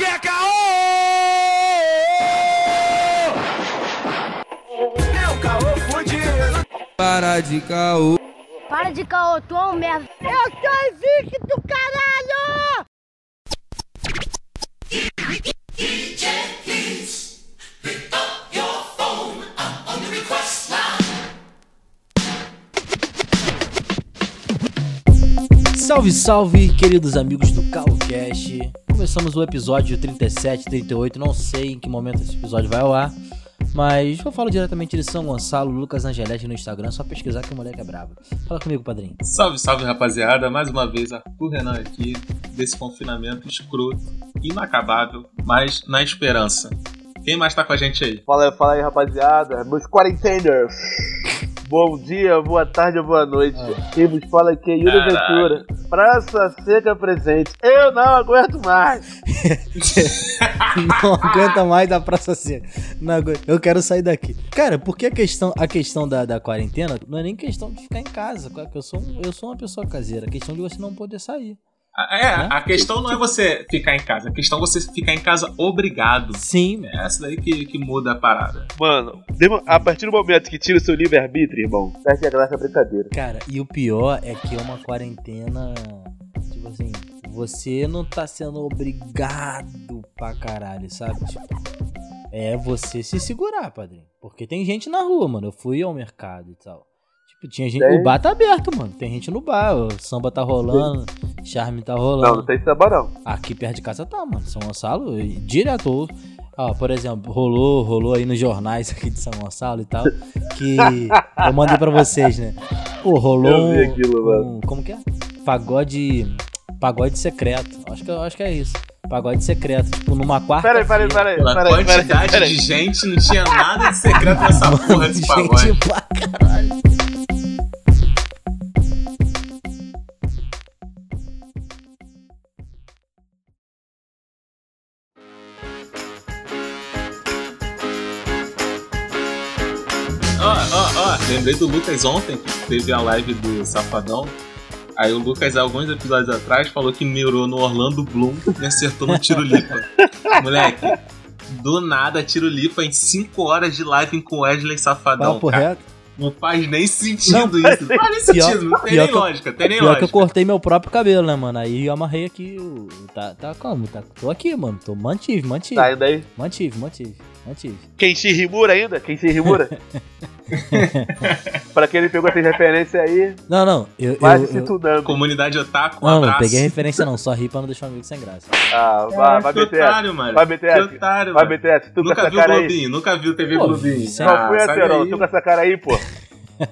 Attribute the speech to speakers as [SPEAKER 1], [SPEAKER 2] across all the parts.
[SPEAKER 1] é Para de caô.
[SPEAKER 2] Para de caô, tu é um merda. Eu sou invicto, caralho!
[SPEAKER 3] Salve, salve, queridos amigos do CalvoCast. Começamos o episódio 37, 38, não sei em que momento esse episódio vai ao ar, mas eu falo diretamente de São Gonçalo, Lucas Angeletti no Instagram, só pesquisar que o moleque é brabo. Fala comigo, padrinho.
[SPEAKER 4] Salve, salve rapaziada, mais uma vez Arthur Renan aqui, desse confinamento escroto, inacabável, mas na esperança. Quem mais tá com a gente aí?
[SPEAKER 5] Fala, fala aí, rapaziada. Meus quarenteners. Bom dia, boa tarde ou boa noite.
[SPEAKER 4] Ah.
[SPEAKER 5] Quem vos fala aqui é Yuri
[SPEAKER 4] Caralho.
[SPEAKER 5] Ventura. Praça Seca presente. Eu não aguento mais.
[SPEAKER 3] Não aguenta mais da Praça C. Não aguenta. Eu quero sair daqui. Cara, porque a questão, a questão da, da quarentena não é nem questão de ficar em casa. claro que Eu sou, um- eu sou uma pessoa caseira. A questão de você não poder sair.
[SPEAKER 4] Ah, É,
[SPEAKER 3] Né?
[SPEAKER 4] a questão não é você ficar em casa, a questão é você ficar em casa obrigado.
[SPEAKER 3] Sim,
[SPEAKER 4] É essa daí que, que muda a parada.
[SPEAKER 5] Mano, a partir do momento que tira o seu livre-arbítrio, irmão, perde a graça da brincadeira.
[SPEAKER 3] Cara, e o pior é que é uma quarentena. Tipo assim, você não tá sendo obrigado pra caralho, sabe? Tipo, é você se segurar, padrinho. Porque tem gente na rua, mano. Eu fui ao mercado e tal. Tipo, tinha gente.
[SPEAKER 5] Tem.
[SPEAKER 3] O bar tá aberto, mano. Tem gente no bar. O samba tá rolando, charme tá
[SPEAKER 4] Ah.
[SPEAKER 3] rolando.
[SPEAKER 5] Não, não tem sabor não.
[SPEAKER 3] Aqui perto de casa tá, mano. São Gonçalo, e direto. Ó, por exemplo, rolou, rolou aí nos jornais aqui de São Gonçalo e tal. Que eu mandei pra vocês, né? Pô, rolou.
[SPEAKER 5] Eu vi
[SPEAKER 3] um-
[SPEAKER 5] aquilo, mano.
[SPEAKER 3] um- como que é? Pagode. Pagode secreto. Acho que, acho que é isso. Pagode secreto. Tipo, numa quarta.
[SPEAKER 5] Peraí, peraí, peraí,
[SPEAKER 4] Ah, Pela
[SPEAKER 5] peraí, peraí,
[SPEAKER 4] quantidade
[SPEAKER 5] peraí.
[SPEAKER 4] de gente, não tinha nada de secreto nessa porra desse pagode.
[SPEAKER 3] Gente, pra caralho.
[SPEAKER 4] Ó, ó, ó, lembrei do Lucas ontem, que teve a live do Safadão. Aí o Lucas, alguns episódios atrás, falou que mirou no Orlando Bloom e acertou no Tiro Lipa. Moleque, do nada, Tiro Lipa em 5 horas de live com Wesley Safadão.
[SPEAKER 3] Papo
[SPEAKER 4] cara.
[SPEAKER 3] reto.
[SPEAKER 4] Não faz nem sentido isso. Não faz nem
[SPEAKER 3] Pior-
[SPEAKER 4] sentido, não tem
[SPEAKER 3] pior
[SPEAKER 4] nem
[SPEAKER 3] que eu-
[SPEAKER 4] lógica, tem nem
[SPEAKER 3] Pior que eu
[SPEAKER 4] lógica.
[SPEAKER 3] cortei meu próprio cabelo, né, mano? Aí eu amarrei aqui. o- Tá, tá como? Tá, tô aqui, mano. Tô mantive, mantive.
[SPEAKER 5] Tá indo aí?
[SPEAKER 3] Mantive, mantive, mantive.
[SPEAKER 5] Quem se rimura ainda? Quem se rimura? pra quem não pegou essas referências aí,
[SPEAKER 3] Não, não, eu.
[SPEAKER 5] vai
[SPEAKER 3] eu,
[SPEAKER 5] se
[SPEAKER 3] eu-
[SPEAKER 5] estudando.
[SPEAKER 4] Comunidade Otaku, um
[SPEAKER 3] Não, não,
[SPEAKER 4] abraço.
[SPEAKER 3] peguei referência não, só ri pra não deixar o amigo sem graça.
[SPEAKER 5] Ah, vai, vai
[SPEAKER 4] Que
[SPEAKER 5] meter essa.
[SPEAKER 4] otário, mano.
[SPEAKER 5] Vai meter
[SPEAKER 4] Que
[SPEAKER 5] essa.
[SPEAKER 4] otário,
[SPEAKER 5] Vai
[SPEAKER 4] mano.
[SPEAKER 5] meter essa. Tu com
[SPEAKER 4] Nunca
[SPEAKER 5] essa
[SPEAKER 4] viu o
[SPEAKER 5] cara aí.
[SPEAKER 4] Globinho, nunca viu TV
[SPEAKER 3] Pô,
[SPEAKER 4] Globinho. Ah,
[SPEAKER 3] isso é
[SPEAKER 5] Não fui
[SPEAKER 4] sai
[SPEAKER 5] heterão,
[SPEAKER 4] daí. Tipo
[SPEAKER 5] tu com essa cara aí, pô.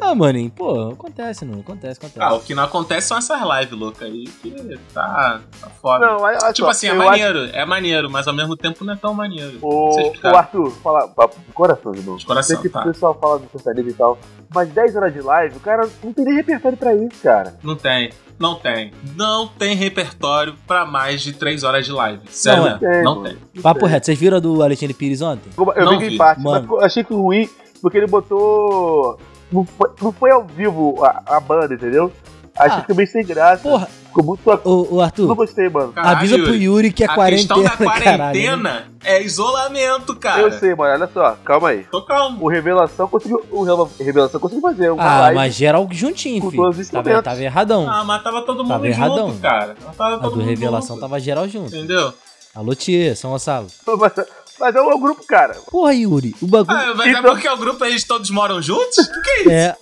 [SPEAKER 3] Ah, maninho, pô, acontece, não, acontece,
[SPEAKER 4] Ah, o
[SPEAKER 3] acontece.
[SPEAKER 4] que não acontece são essas lives loucas aí, que tá, tá foda.
[SPEAKER 5] Não, olha só,
[SPEAKER 4] tipo assim, é
[SPEAKER 5] eu
[SPEAKER 4] maneiro, é maneiro, mas ao mesmo tempo não é tão maneiro.
[SPEAKER 5] acho- O,
[SPEAKER 4] Vocês
[SPEAKER 5] o
[SPEAKER 4] ficaram.
[SPEAKER 5] Arthur, fala papo de coração, irmão.
[SPEAKER 4] De coração,
[SPEAKER 5] Sei que
[SPEAKER 4] tá.
[SPEAKER 5] o pessoal fala do sertanejo e tal, mas 10 horas de live, o cara não tem nem repertório pra isso, cara.
[SPEAKER 4] Não tem, não tem. Não tem repertório pra mais de 3 horas de live. Sério,
[SPEAKER 3] Não,
[SPEAKER 4] não,
[SPEAKER 5] é.
[SPEAKER 4] não tem.
[SPEAKER 3] Papo reto, vocês viram a do Alexandre Pires ontem?
[SPEAKER 5] Eu, eu
[SPEAKER 4] Não
[SPEAKER 5] vi que
[SPEAKER 4] vi.
[SPEAKER 5] em parte,
[SPEAKER 3] Mano.
[SPEAKER 5] mas eu achei que ruim, porque ele botou. Não foi, não foi ao vivo a, a banda, entendeu? Achei
[SPEAKER 3] Ah.
[SPEAKER 5] que ficou meio sem graça.
[SPEAKER 3] Porra,
[SPEAKER 5] Ficou muito. sua-
[SPEAKER 3] ô, ô
[SPEAKER 5] Não
[SPEAKER 3] Arthur,
[SPEAKER 5] gostei, mano.
[SPEAKER 4] Caralho,
[SPEAKER 3] avisa pro
[SPEAKER 4] Ah, Yuri,
[SPEAKER 3] Yuri que é
[SPEAKER 4] a questão
[SPEAKER 3] quarentena,
[SPEAKER 4] da
[SPEAKER 3] caralho. né?
[SPEAKER 4] quarentena é isolamento, cara.
[SPEAKER 5] Eu sei, mano. Olha só, calma aí.
[SPEAKER 4] Tô calmo.
[SPEAKER 5] O Revelação conseguiu. O Revela- Revelação conseguiu fazer uma
[SPEAKER 3] Ah,
[SPEAKER 5] live.
[SPEAKER 3] mas geral juntinho,
[SPEAKER 5] Com
[SPEAKER 3] filho.
[SPEAKER 5] todos os
[SPEAKER 3] Tava,
[SPEAKER 5] instrumentos.
[SPEAKER 3] tava erradão.
[SPEAKER 4] Ah, mas tava todo mundo
[SPEAKER 3] Tava erradão.
[SPEAKER 4] junto, cara. Tava
[SPEAKER 3] a
[SPEAKER 4] todo
[SPEAKER 3] do
[SPEAKER 4] mundo
[SPEAKER 3] Revelação tá-
[SPEAKER 4] junto,
[SPEAKER 3] tava geral junto.
[SPEAKER 4] Entendeu?
[SPEAKER 3] Alô, tia, São Gonçalo.
[SPEAKER 5] Mas, mas é o grupo, cara.
[SPEAKER 3] Porra, Yuri, o bagulho
[SPEAKER 4] Ah, mas é
[SPEAKER 5] Então-
[SPEAKER 4] porque o grupo eles todos moram juntos? O que é isso?
[SPEAKER 3] é...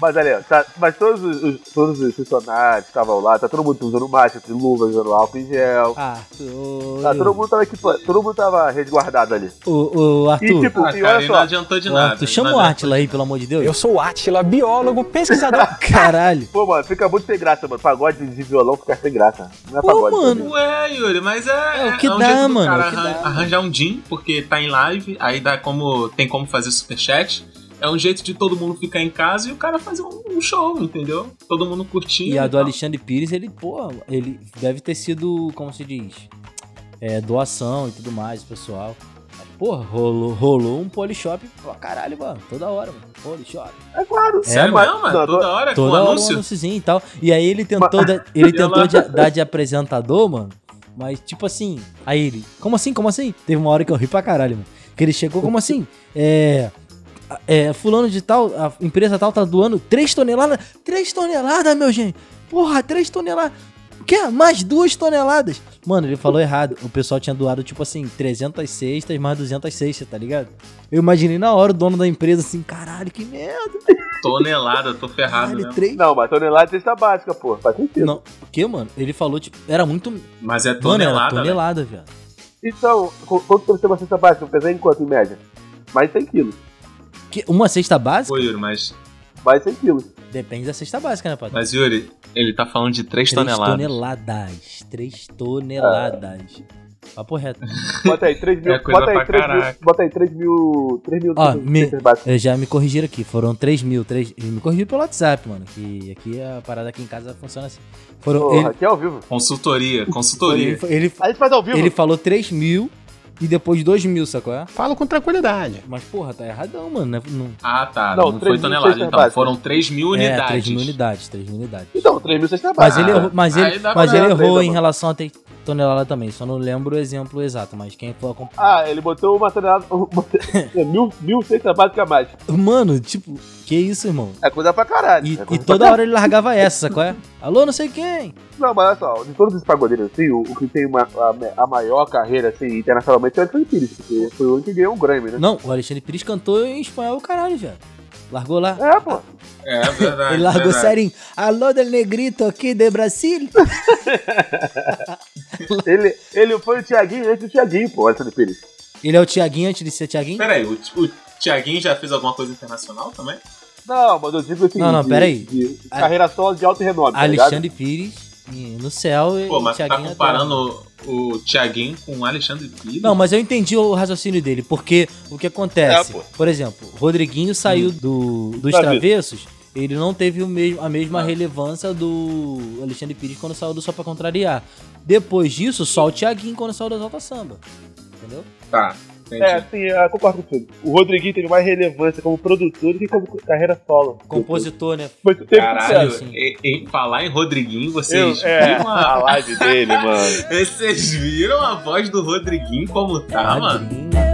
[SPEAKER 5] Mas olha, tá, mas todos os, os- todos os funcionários que estavam lá, tá todo mundo usando máscara, luva, usando álcool em gel.
[SPEAKER 3] ah, ô,
[SPEAKER 5] Tá, todo
[SPEAKER 3] Yuri.
[SPEAKER 5] mundo tava aqui, todo mundo tava resguardado ali.
[SPEAKER 3] Ô, ô,
[SPEAKER 5] E
[SPEAKER 3] Arthur,
[SPEAKER 5] tipo,
[SPEAKER 4] Ah,
[SPEAKER 5] e
[SPEAKER 4] cara,
[SPEAKER 5] olha
[SPEAKER 4] ele não
[SPEAKER 5] só,
[SPEAKER 4] adiantou de
[SPEAKER 3] ô,
[SPEAKER 4] nada.
[SPEAKER 3] Arthur, chama
[SPEAKER 4] Não
[SPEAKER 3] o
[SPEAKER 4] adiantou.
[SPEAKER 3] Átila aí, pelo amor de Deus.
[SPEAKER 6] Eu sou o Atila, biólogo, pesquisador.
[SPEAKER 3] Caralho.
[SPEAKER 5] pô, mano, fica muito sem graça, mano. Pagode de violão fica sem graça. Não é
[SPEAKER 3] Pô,
[SPEAKER 5] pagode.
[SPEAKER 3] mano.
[SPEAKER 5] também.
[SPEAKER 4] Ué, Yuri, mas é.
[SPEAKER 3] É o que
[SPEAKER 4] um
[SPEAKER 3] dá,
[SPEAKER 4] jeito do
[SPEAKER 3] mano,
[SPEAKER 4] Cara
[SPEAKER 3] é o que
[SPEAKER 4] arran-
[SPEAKER 3] dá.
[SPEAKER 4] Arranjar um DIN, porque tá em live, aí dá como. tem como fazer superchat. É um jeito de todo mundo ficar em casa e o cara fazer um, um show, entendeu? Todo mundo curtindo.
[SPEAKER 3] E a do
[SPEAKER 4] tal.
[SPEAKER 3] Alexandre Pires, ele, pô, ele deve ter sido, como se diz, é, doação e tudo mais, pessoal. Mas, pô, rolou, rolou um polishop pra caralho, mano. Toda hora, mano. Polishop.
[SPEAKER 5] É claro.
[SPEAKER 4] Sério
[SPEAKER 3] mano.
[SPEAKER 4] mesmo, mano?
[SPEAKER 5] Não,
[SPEAKER 4] Toda hora com
[SPEAKER 3] Toda hora um
[SPEAKER 4] anúncio?
[SPEAKER 3] anúnciozinho e tal. E aí ele tentou, da- ele
[SPEAKER 4] Ela-
[SPEAKER 3] tentou de- dar de apresentador, mano. Mas, tipo assim, aí ele, como assim, como assim? Teve uma hora que eu ri pra caralho, mano. Que ele chegou, como assim? É. é, fulano de tal, a empresa tal tá doando 3 toneladas. 3 toneladas, meu gente! Porra, 3 toneladas! O quê? Mais 2 toneladas! Mano, ele falou errado. O pessoal tinha doado, tipo assim, 300 cestas mais 200 cestas, tá ligado? Eu imaginei na hora o dono da empresa assim, caralho, que merda!
[SPEAKER 4] Tonelada, tô ferrado né?
[SPEAKER 3] Caralho,
[SPEAKER 4] mesmo.
[SPEAKER 3] 3...
[SPEAKER 5] Não, mas tonelada é cesta básica, pô. Faz sentido.
[SPEAKER 3] Não, o que, mano? Ele falou, tipo, era muito.
[SPEAKER 4] Mas é
[SPEAKER 3] mano, era
[SPEAKER 4] tonelada, né?
[SPEAKER 3] tonelada, velho.
[SPEAKER 5] Então, qu- quanto tempo você tem uma cesta básica? Eu pesei em quanto, em média? Mais de 100 quilos.
[SPEAKER 3] Que- Uma cesta básica?
[SPEAKER 4] Pô, Yuri, mas,
[SPEAKER 5] Mais de 100 quilos.
[SPEAKER 3] Depende da cesta básica, né, patrão?
[SPEAKER 4] mas Yuri, ele tá falando de 3
[SPEAKER 3] 3
[SPEAKER 4] toneladas.
[SPEAKER 3] toneladas. 3 toneladas. Papo reto.
[SPEAKER 5] Bota aí, 3 mil.
[SPEAKER 4] É coisa
[SPEAKER 5] bota, aí,
[SPEAKER 4] pra
[SPEAKER 5] 3 mil
[SPEAKER 4] caraca.
[SPEAKER 5] bota aí, 3 mil. 3 mil
[SPEAKER 3] Ó,
[SPEAKER 5] cestas-
[SPEAKER 3] me-
[SPEAKER 5] cestas básicas.
[SPEAKER 3] Eh, Já me corrigiram aqui, foram 3 mil. 3... Me corrigiram pelo WhatsApp, mano. Que aqui a parada aqui em casa funciona assim. Foram.
[SPEAKER 5] Porra,
[SPEAKER 3] ele...
[SPEAKER 5] aqui é ao vivo.
[SPEAKER 4] Consultoria,
[SPEAKER 3] ele...
[SPEAKER 4] consultoria.
[SPEAKER 3] ele...
[SPEAKER 5] A gente faz ao vivo.
[SPEAKER 3] ele falou 3 mil e depois 2 mil, sacou? é?
[SPEAKER 6] Falo com tranquilidade.
[SPEAKER 3] Mas porra, tá erradão, mano. né? Não...
[SPEAKER 4] Ah, tá.
[SPEAKER 5] Não,
[SPEAKER 4] Não,
[SPEAKER 5] três
[SPEAKER 4] foi
[SPEAKER 5] mil
[SPEAKER 4] tonelada,
[SPEAKER 5] cestas
[SPEAKER 4] então.
[SPEAKER 5] básicas.
[SPEAKER 4] Foram 3 mil unidades.
[SPEAKER 3] É, 3 mil unidades, 3 mil unidades.
[SPEAKER 5] Então, 3 mil cestas
[SPEAKER 3] Mas
[SPEAKER 5] básicas.
[SPEAKER 3] ele, errou, mas
[SPEAKER 4] Ah, aí
[SPEAKER 3] ele,
[SPEAKER 4] dá
[SPEAKER 3] mas
[SPEAKER 4] pra-
[SPEAKER 3] ele
[SPEAKER 5] aí dá
[SPEAKER 3] errou em
[SPEAKER 5] pra-
[SPEAKER 3] relação a 3 tonelada também. Só não lembro o exemplo exato, mas quem for acompanhar.
[SPEAKER 5] Ah, ele botou uma tonelada. uma- é, mil, mil cestas básicas a mais.
[SPEAKER 3] Mano, tipo, que isso, irmão?
[SPEAKER 5] É coisa pra caralho.
[SPEAKER 3] E,
[SPEAKER 5] é
[SPEAKER 3] e
[SPEAKER 5] coisa pra
[SPEAKER 3] toda hora ele largava essa, qual é? Alô, não sei quem.
[SPEAKER 5] Não, mas olha só, de todos os pagodeiros, assim, o, o que tem uma, a, a maior carreira, assim, internacionalmente é o Alexandre Pires, porque foi o único que ganhou um Grammy, né?
[SPEAKER 3] Não, o Alexandre Pires cantou em espanhol, caralho, velho. Largou lá.
[SPEAKER 5] É, pô.
[SPEAKER 4] É verdade.
[SPEAKER 3] Ele largou
[SPEAKER 4] verdade.
[SPEAKER 3] serinho. Alô, del negrito aqui de Brasil.
[SPEAKER 5] Ele, ele foi o Thiaguinho antes do Thiaguinho, pô, o Alexandre Pires.
[SPEAKER 3] Ele é o Tiaguinho antes de ser Tiaguinho?
[SPEAKER 4] Pera aí, o, o Thiaguinho já fez alguma coisa internacional também?
[SPEAKER 5] Não, mas eu digo assim.
[SPEAKER 3] Não, não,
[SPEAKER 5] de-
[SPEAKER 3] peraí.
[SPEAKER 5] de- de
[SPEAKER 3] A-
[SPEAKER 5] carreira solo de alto renome. tá ligado?
[SPEAKER 3] Alexandre Pires e- no céu e
[SPEAKER 4] Pô, mas tá
[SPEAKER 3] Tiaguinho
[SPEAKER 4] comparando o, o Thiaguinho com o Alexandre Pires?
[SPEAKER 3] Não, mas eu entendi o raciocínio dele, porque o que acontece?
[SPEAKER 5] É, pô.
[SPEAKER 3] por exemplo, Rodriguinho saiu do, dos
[SPEAKER 5] Tá vivo.
[SPEAKER 3] travessos, ele não teve o mesmo, a mesma
[SPEAKER 4] Ah.
[SPEAKER 3] relevância do Alexandre Pires quando saiu do Só Pra Contrariar. Depois disso, só o Thiaguinho quando saiu do Exalta Samba. Entendeu?
[SPEAKER 4] Tá, entendi.
[SPEAKER 5] É, assim, eu concordo contigo. O Rodriguinho teve mais relevância como produtor do que como carreira solo.
[SPEAKER 3] Compositor, né?
[SPEAKER 5] Mas teve
[SPEAKER 4] Caralho,
[SPEAKER 3] Sim, sim.
[SPEAKER 4] e- e falar em Rodriguinho,
[SPEAKER 5] assim. Eu,
[SPEAKER 4] vocês
[SPEAKER 5] é,
[SPEAKER 4] viram a...
[SPEAKER 5] a live dele, mano.
[SPEAKER 4] Vocês viram a voz do Rodriguinho como tá, mano?
[SPEAKER 3] Rodriguinho.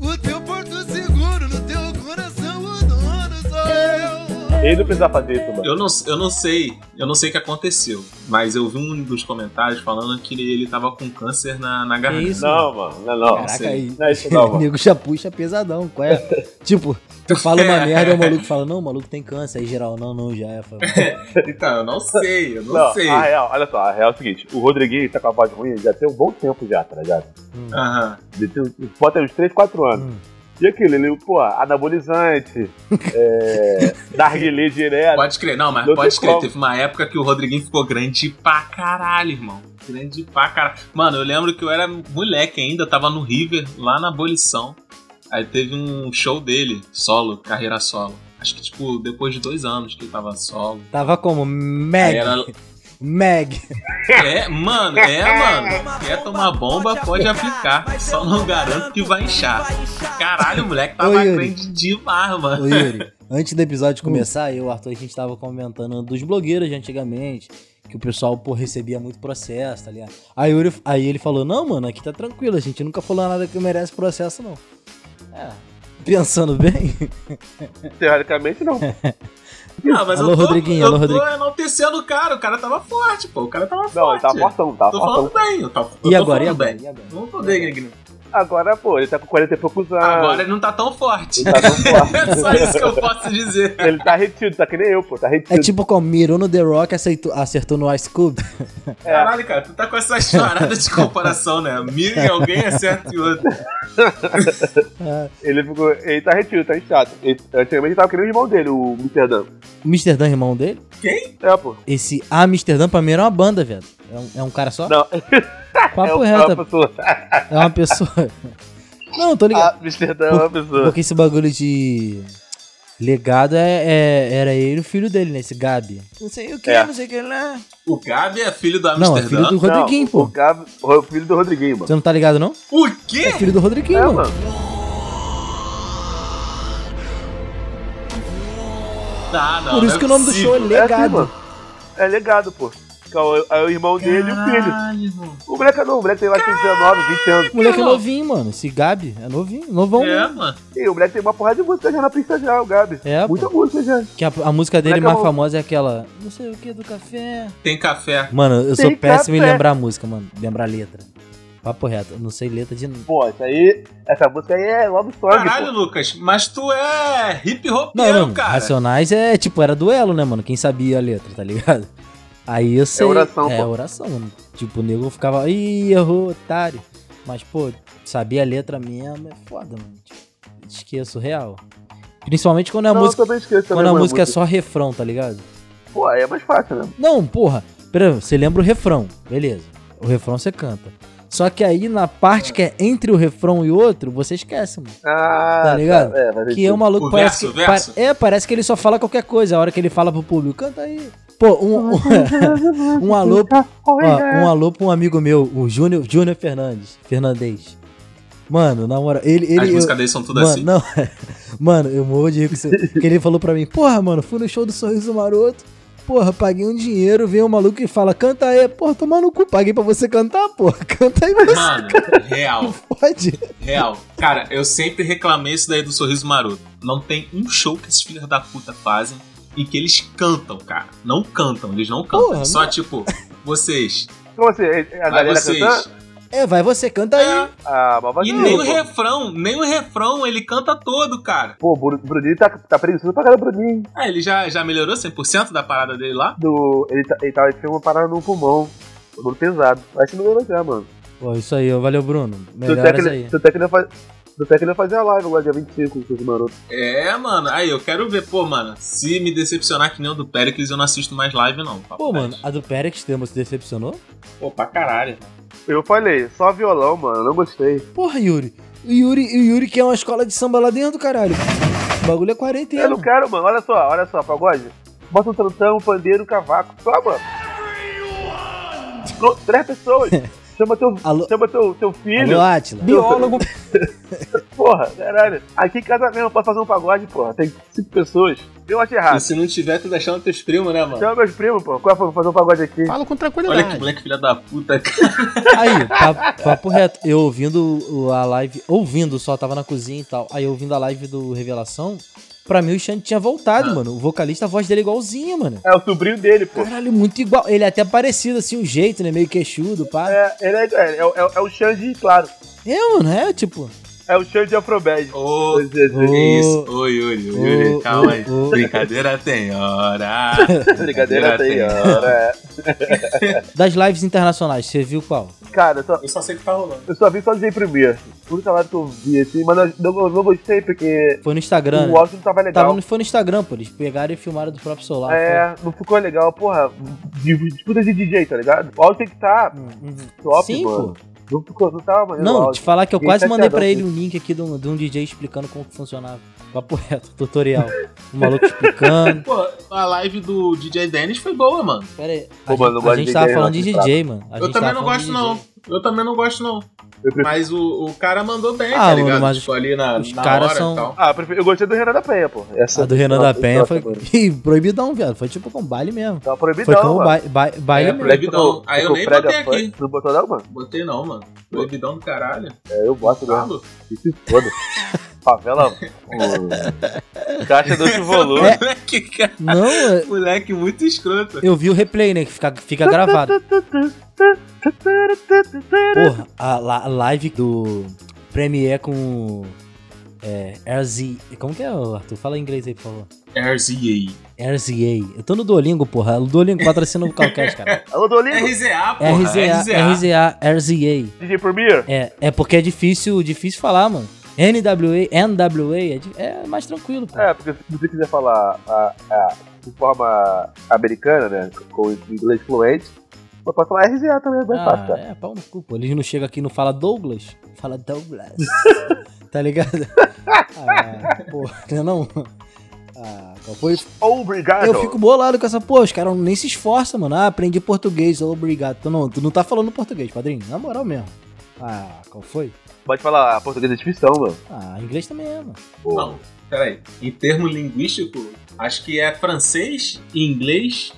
[SPEAKER 1] O teu porto seguro, no teu coração o dono sou eu.
[SPEAKER 5] Ele não precisava fazer isso, mano.
[SPEAKER 4] Eu não, eu não sei, eu não sei o que aconteceu, mas eu vi um dos comentários falando que ele tava com câncer na, na garganta.
[SPEAKER 3] isso?
[SPEAKER 5] Não, mano, não, não.
[SPEAKER 3] Caraca,
[SPEAKER 4] sei.
[SPEAKER 3] aí.
[SPEAKER 5] Não é isso não,
[SPEAKER 3] o
[SPEAKER 5] mano.
[SPEAKER 3] nego já puxa pesadão, qual é? tipo, tu fala uma merda, o maluco fala, não, o maluco tem câncer, aí geral, não, não, já é. Foi mal."
[SPEAKER 4] Então, eu não sei, eu não,
[SPEAKER 5] Não,
[SPEAKER 4] sei.
[SPEAKER 5] a real, olha só, a real é o seguinte, o Rodriguinho tá com a voz ruim já tem um bom tempo já, tá ligado?
[SPEAKER 4] Aham.
[SPEAKER 5] Ele tem uns- Bota aí uns 3, 4 anos.
[SPEAKER 3] Hum.
[SPEAKER 5] E aquilo, ele, pô, anabolizante, é, narguilé direto.
[SPEAKER 4] Pode crer, não, mas
[SPEAKER 5] Não
[SPEAKER 4] pode
[SPEAKER 5] tem
[SPEAKER 4] crer.
[SPEAKER 5] como.
[SPEAKER 4] Teve uma época que o Rodriguinho ficou grande pra caralho, irmão. Grande pra caralho. Mano, eu lembro que eu era moleque ainda, tava no River, lá na Abolição. Aí teve um show dele, solo, carreira solo. Acho que, tipo, depois de dois anos que ele tava solo.
[SPEAKER 3] Tava como?
[SPEAKER 4] Aí
[SPEAKER 3] Meg.
[SPEAKER 4] era...
[SPEAKER 3] Meg.
[SPEAKER 4] É, mano, é, mano. Quer tomar bomba, pode aplicar. Só não garanto que vai inchar. Caralho, o moleque tava
[SPEAKER 3] Ô, Yuri.
[SPEAKER 4] grande demais, mano.
[SPEAKER 3] Ô Yuri, antes do episódio começar, eu e o Arthur, a gente tava comentando dos blogueiros de antigamente, que o pessoal, pô, recebia muito processo, tá ligado? Aí, Yuri, aí ele falou, não, mano, aqui tá tranquilo, a gente nunca falou nada que merece processo, não. É, pensando bem,
[SPEAKER 5] Teoricamente, não.
[SPEAKER 4] Não, Ah, mas
[SPEAKER 3] Alô,
[SPEAKER 4] eu tô,
[SPEAKER 3] Rodriguinho,
[SPEAKER 4] eu
[SPEAKER 3] alô,
[SPEAKER 4] tô
[SPEAKER 3] Rodriguinho.
[SPEAKER 4] enaltecendo o cara. O cara tava forte, pô. O cara tava
[SPEAKER 5] Não,
[SPEAKER 4] forte.
[SPEAKER 5] ele tá fortão, tá É.
[SPEAKER 4] Tô falando
[SPEAKER 5] fortão.
[SPEAKER 4] bem, eu tô, eu
[SPEAKER 3] e agora,
[SPEAKER 4] tô
[SPEAKER 3] e
[SPEAKER 4] falando
[SPEAKER 3] agora,
[SPEAKER 4] bem.
[SPEAKER 3] e agora?
[SPEAKER 4] Não poder, Guilherme.
[SPEAKER 5] Agora, pô, ele tá com 40 e poucos anos.
[SPEAKER 4] Agora ele não tá tão forte.
[SPEAKER 5] Ele tá tão
[SPEAKER 4] É
[SPEAKER 5] forte.
[SPEAKER 4] só isso que eu posso dizer.
[SPEAKER 5] Ele tá retido, tá que nem eu, pô, tá
[SPEAKER 3] É
[SPEAKER 5] retido.
[SPEAKER 3] tipo como, mirou no The Rock, aceitou- acertou no Ice Cube.
[SPEAKER 5] É.
[SPEAKER 4] Caralho, cara, tu tá com essas paradas de comparação, né? Mira em alguém, acerta em outro. tipo-
[SPEAKER 5] Ele ficou. Ele tá retido, tá inchado. Ele, antigamente ele tava querendo o irmão dele, o Amsterdã.
[SPEAKER 3] Amsterdã, irmão dele?
[SPEAKER 5] É, pô.
[SPEAKER 3] Esse Amsterdã, pra mim, era uma banda, velho. É um, é um cara só?
[SPEAKER 5] Não, é
[SPEAKER 3] Papo
[SPEAKER 5] o- é
[SPEAKER 3] reto,
[SPEAKER 5] uma pessoa.
[SPEAKER 3] é uma pessoa. Não, tô ligado.
[SPEAKER 5] Ah, Amsterdã é uma pessoa.
[SPEAKER 3] Porque esse bagulho de legado é, é- era ele e o filho dele, né? Esse Gabi. Não sei o que,
[SPEAKER 5] É.
[SPEAKER 3] não sei o que, né?
[SPEAKER 4] O Gabi é filho do
[SPEAKER 3] Não, é filho
[SPEAKER 4] Amsterdã.
[SPEAKER 3] do Rodriguinho,
[SPEAKER 5] Não, O
[SPEAKER 3] pô.
[SPEAKER 5] Gabi, o filho do Rodriguinho, mano.
[SPEAKER 3] Você não tá ligado, não?
[SPEAKER 4] O
[SPEAKER 3] É
[SPEAKER 4] quê?
[SPEAKER 3] filho do Rodriguinho,
[SPEAKER 5] É,
[SPEAKER 3] mano.
[SPEAKER 5] mano.
[SPEAKER 4] Tá, não.
[SPEAKER 3] Por isso
[SPEAKER 4] não é
[SPEAKER 3] que o nome do show é
[SPEAKER 4] possível.
[SPEAKER 5] É assim,
[SPEAKER 3] Legado.
[SPEAKER 5] mano. É legado, pô. que é o, é o irmão dele e o filho.
[SPEAKER 4] Caralho, irmão.
[SPEAKER 5] O moleque é novo, o moleque tem, eu acho que tem 19, 20 anos.
[SPEAKER 3] O moleque é
[SPEAKER 4] Irmão.
[SPEAKER 3] novinho, mano. Esse Gabi é novinho, novão.
[SPEAKER 4] É,
[SPEAKER 3] mesmo.
[SPEAKER 4] mano.
[SPEAKER 5] E o moleque tem uma porrada de música já na pista já, o Gabi.
[SPEAKER 3] É,
[SPEAKER 5] Muita
[SPEAKER 3] pô.
[SPEAKER 5] música já.
[SPEAKER 3] Que a, a música dele
[SPEAKER 5] Moleque é
[SPEAKER 3] mais
[SPEAKER 5] bom.
[SPEAKER 3] famosa é aquela. Não sei o que do café.
[SPEAKER 4] Tem café.
[SPEAKER 3] Mano, eu sou
[SPEAKER 5] Tem
[SPEAKER 3] péssimo em
[SPEAKER 5] café.
[SPEAKER 3] lembrar a música, mano. Lembrar a letra. Papo reto. Eu não sei letra de. Não,
[SPEAKER 5] Pô, isso aí, essa música aí é love song,
[SPEAKER 4] Caralho,
[SPEAKER 5] pô.
[SPEAKER 4] Lucas, mas tu é hip hop
[SPEAKER 3] não.
[SPEAKER 4] cara.
[SPEAKER 3] Racionais é tipo, era duelo, né, mano? Quem sabia a letra, tá ligado? Aí eu sei.
[SPEAKER 5] oração,
[SPEAKER 3] É
[SPEAKER 5] pô.
[SPEAKER 3] oração, mano. Tipo, o nego ficava. Ih, errou, otário. Mas, pô, sabia a letra mesmo. É foda, mano. Tipo, esqueço real. Principalmente quando a
[SPEAKER 5] Não, eu
[SPEAKER 3] música.
[SPEAKER 5] também esqueço também,
[SPEAKER 3] Quando a
[SPEAKER 5] mano,
[SPEAKER 3] música é só refrão, tá ligado?
[SPEAKER 5] Pô, aí é mais fácil, né?
[SPEAKER 3] Não, porra. Pera, você lembra o refrão, beleza. O refrão você canta. Só que aí na parte que é entre o refrão e outro, você esquece, mano.
[SPEAKER 5] Ah,
[SPEAKER 3] Tá ligado?
[SPEAKER 5] É, mas
[SPEAKER 3] Que é um maluco
[SPEAKER 4] O
[SPEAKER 3] parece
[SPEAKER 4] verso,
[SPEAKER 3] que.
[SPEAKER 4] o verso?
[SPEAKER 3] pa- É, parece que ele só fala qualquer coisa. A hora que ele fala pro público, canta aí. Pô, um, um, um alô. ó, um alô pra um amigo meu, o Júnior, Júnior Fernandes. Fernandes. Mano, na moral, ele. ele
[SPEAKER 4] As
[SPEAKER 3] eu-
[SPEAKER 4] músicas dele são tudo
[SPEAKER 3] Mano,
[SPEAKER 4] assim.
[SPEAKER 3] não. Mano, eu morro de rico. Porque ele falou pra mim, porra, mano, fui no show do Sorriso Maroto. Porra, paguei um dinheiro, vem um maluco e fala, canta aí. Porra, toma no cu, paguei pra você cantar, porra. Canta aí, você
[SPEAKER 4] Mano, real,
[SPEAKER 3] pode.
[SPEAKER 4] real. Cara, eu sempre reclamei isso daí do Sorriso Maroto. Não tem um show que esses filhos da puta fazem e que eles cantam, cara. Não cantam, eles não cantam.
[SPEAKER 3] Porra, né?
[SPEAKER 4] Só, tipo, vocês.
[SPEAKER 5] Como assim? A
[SPEAKER 4] Vai
[SPEAKER 5] galera
[SPEAKER 4] vocês.
[SPEAKER 5] cantando?
[SPEAKER 3] É, vai você, canta aí.
[SPEAKER 4] É,
[SPEAKER 5] Ah, mas vai
[SPEAKER 4] e
[SPEAKER 5] ser,
[SPEAKER 4] nem o
[SPEAKER 5] pô.
[SPEAKER 4] refrão, nem o refrão ele canta todo, cara.
[SPEAKER 5] Pô, o Bru- Bruninho tá, tá preguiçoso pra caralho, Bruninho.
[SPEAKER 4] Ah, ele já, já melhorou 100% da parada dele lá?
[SPEAKER 5] Do, ele, tá, ele tava tinha uma parada no pulmão. Pulmão pesado. Vai se melhorou já, mano. é
[SPEAKER 3] Pô, isso aí, ó, valeu, Bruno.
[SPEAKER 5] Se o
[SPEAKER 3] Melhoras aí.
[SPEAKER 5] técnico- se o técnico faz- se o técnico fazer a live agora, dia 25, com os marotos.
[SPEAKER 4] É, mano. Aí, eu quero ver, pô, mano. Se me decepcionar que nem o do Pericles, eu não assisto mais live, não. papo
[SPEAKER 3] Pô, mano,
[SPEAKER 4] reto.
[SPEAKER 3] a do Perix Temos decepcionou?
[SPEAKER 4] Pô, pra caralho.
[SPEAKER 5] Eu falei, só violão, mano. Não gostei.
[SPEAKER 3] Porra, Yuri. O Yuri, o Yuri que é uma escola de samba lá dentro, caralho. O bagulho é quarentena.
[SPEAKER 5] Eu não quero, mano. Olha só, olha só, pagode. Bota um tantão, um pandeiro, um cavaco. Só, mano. Pro- Três pessoas. Chama teu,
[SPEAKER 3] Alô?
[SPEAKER 5] chama teu, teu filho.
[SPEAKER 3] Alô, Átila.
[SPEAKER 6] Biólogo,
[SPEAKER 5] Porra, caralho. Aqui em casa mesmo, posso fazer um pagode, porra. Tem cinco pessoas. Eu acho errado.
[SPEAKER 4] E se não tiver, tu deixando teus primos, né, mano?
[SPEAKER 5] Chama meus primos, pô. Qual é vou fazer um pagode aqui?
[SPEAKER 7] Falo com
[SPEAKER 4] Olha que
[SPEAKER 7] tranquilidade.
[SPEAKER 4] moleque filha da puta, cara.
[SPEAKER 3] Aí, papo, papo reto, eu ouvindo o- a live, ouvindo só, tava na cozinha e tal. Aí eu ouvindo a live do Revelação, pra mim o Xande tinha voltado,
[SPEAKER 4] Ah.
[SPEAKER 3] mano. O vocalista, a voz dele é igualzinha, mano.
[SPEAKER 5] É o sobrinho dele, pô.
[SPEAKER 3] Caralho, muito igual. Ele é até parecido, assim, o jeito, né? Meio queixudo, pá. É,
[SPEAKER 5] É, ele é, é, é, o- é o Xande, claro.
[SPEAKER 3] mano, é tipo.
[SPEAKER 5] É o Xande Afrobad.
[SPEAKER 4] Ô, que isso? Oi, Yuri,
[SPEAKER 3] ô,
[SPEAKER 4] Yuri, calma
[SPEAKER 3] ô,
[SPEAKER 4] aí.
[SPEAKER 3] ô.
[SPEAKER 4] Brincadeira tem hora.
[SPEAKER 5] Brincadeira tem, ó. É.
[SPEAKER 3] Das lives internacionais, você viu qual?
[SPEAKER 5] Cara, eu só,
[SPEAKER 4] Eu só sei que tá rolando.
[SPEAKER 5] eu só vi só DJ primeiro. O único lado que eu vi, assim, mas eu não, eu não gostei porque
[SPEAKER 3] Foi no Instagram,
[SPEAKER 5] o
[SPEAKER 3] né?
[SPEAKER 5] áudio não tava legal.
[SPEAKER 3] Tava no, né? foi no Instagram, pô. Eles pegaram e filmaram do próprio celular.
[SPEAKER 5] É, não ficou legal, porra. De- Disputa de DJ, tá ligado? O áudio tem que estar
[SPEAKER 3] foi- Uhum.
[SPEAKER 5] top,
[SPEAKER 3] Sim,
[SPEAKER 5] mano.
[SPEAKER 3] pô.
[SPEAKER 5] Não ficou, não tava maneiro o
[SPEAKER 3] Não, te
[SPEAKER 5] áudio.
[SPEAKER 3] falar que eu
[SPEAKER 5] Fiquei
[SPEAKER 3] quase mandei pra
[SPEAKER 5] chateadão com
[SPEAKER 3] ele um link aqui de um, de um DJ explicando como que funcionava. Papo reto, tutorial. O maluco explicando.
[SPEAKER 4] Pô, a live do DJ Dennis foi boa, mano.
[SPEAKER 3] Pera aí.
[SPEAKER 5] Pô,
[SPEAKER 3] a
[SPEAKER 5] mano,
[SPEAKER 3] gente,
[SPEAKER 5] não
[SPEAKER 3] a
[SPEAKER 5] gosto
[SPEAKER 3] gente
[SPEAKER 5] de
[SPEAKER 3] tava
[SPEAKER 5] DJ,
[SPEAKER 3] falando
[SPEAKER 5] não,
[SPEAKER 3] de
[SPEAKER 5] cara.
[SPEAKER 3] DJ, mano. A
[SPEAKER 4] Eu
[SPEAKER 3] gente
[SPEAKER 4] também
[SPEAKER 3] tava
[SPEAKER 4] não
[SPEAKER 3] falando de
[SPEAKER 4] gosto,
[SPEAKER 3] DJ.
[SPEAKER 4] não. Eu também não gosto, não.
[SPEAKER 5] Eu prefiro-
[SPEAKER 4] Mas o, o cara mandou bem,
[SPEAKER 3] Ah,
[SPEAKER 4] tá
[SPEAKER 3] mano,
[SPEAKER 4] ligado?
[SPEAKER 3] mas
[SPEAKER 4] tipo, ali na,
[SPEAKER 3] os
[SPEAKER 4] na
[SPEAKER 3] caras
[SPEAKER 4] hora
[SPEAKER 3] são-
[SPEAKER 4] e tal.
[SPEAKER 5] Ah, eu, prefiro- eu gostei do Renan da Penha, pô. Essa,
[SPEAKER 3] A do Renan da
[SPEAKER 5] essa-
[SPEAKER 3] Penha
[SPEAKER 5] essa-
[SPEAKER 3] foi Ih, proibidão, viado. Foi tipo com baile mesmo.
[SPEAKER 5] Tá
[SPEAKER 3] Foi
[SPEAKER 5] proibidão,
[SPEAKER 3] como
[SPEAKER 5] mano.
[SPEAKER 3] ba ba baile
[SPEAKER 4] É,
[SPEAKER 3] mesmo.
[SPEAKER 4] proibidão. Aí eu
[SPEAKER 5] Ficou
[SPEAKER 4] nem
[SPEAKER 5] prega
[SPEAKER 4] botei
[SPEAKER 5] funk.
[SPEAKER 4] aqui.
[SPEAKER 5] Não botou não, mano?
[SPEAKER 4] Botei não, mano. Proibidão do caralho.
[SPEAKER 5] É, eu boto
[SPEAKER 4] Tá
[SPEAKER 5] não.
[SPEAKER 4] louco?
[SPEAKER 5] Que se foda. Favela. pô. Caixa do outro volume.
[SPEAKER 4] Moleque, cara.
[SPEAKER 3] Não, é-
[SPEAKER 4] Moleque muito escroto.
[SPEAKER 3] eu vi o replay, né? Que fica, fica gravado. Porra, a, la- a live do Premiere com. É. RZ. Como que é, ô, Arthur? Fala em inglês aí, por favor.
[SPEAKER 4] RZA.
[SPEAKER 3] RZA. Eu tô no Duolingo, porra. O Duolingo patrocina o Calcast, cara.
[SPEAKER 5] Alô, Dolinho,
[SPEAKER 4] RZA, porra.
[SPEAKER 3] RZA, RZA, RZA.
[SPEAKER 5] DJ Premier.
[SPEAKER 3] É, é porque é difícil, difícil falar, mano. NWA, NWA é, di- é mais tranquilo, pô.
[SPEAKER 5] É, porque se você quiser falar a, a- de forma americana, né? Com inglês fluente, você pode falar RZA também, é mais fácil,
[SPEAKER 3] ah,
[SPEAKER 5] cara.
[SPEAKER 3] é, pau no cu, pô. Eles não chegam aqui e não falam Douglas, fala Douglas. tá ligado? Ah, porra, não é não? Ah, qual foi?
[SPEAKER 5] Obrigado.
[SPEAKER 3] Eu fico bolado com essa porra, os caras nem se esforçam, mano. Ah, aprendi português, obrigado. Tu não, tu não tá falando português, padrinho, na moral mesmo. Ah, qual foi?
[SPEAKER 5] Pode falar português é difícil, mano.
[SPEAKER 3] Ah, inglês também é, mano.
[SPEAKER 4] Não, peraí. Em termo linguístico, acho que é francês, inglês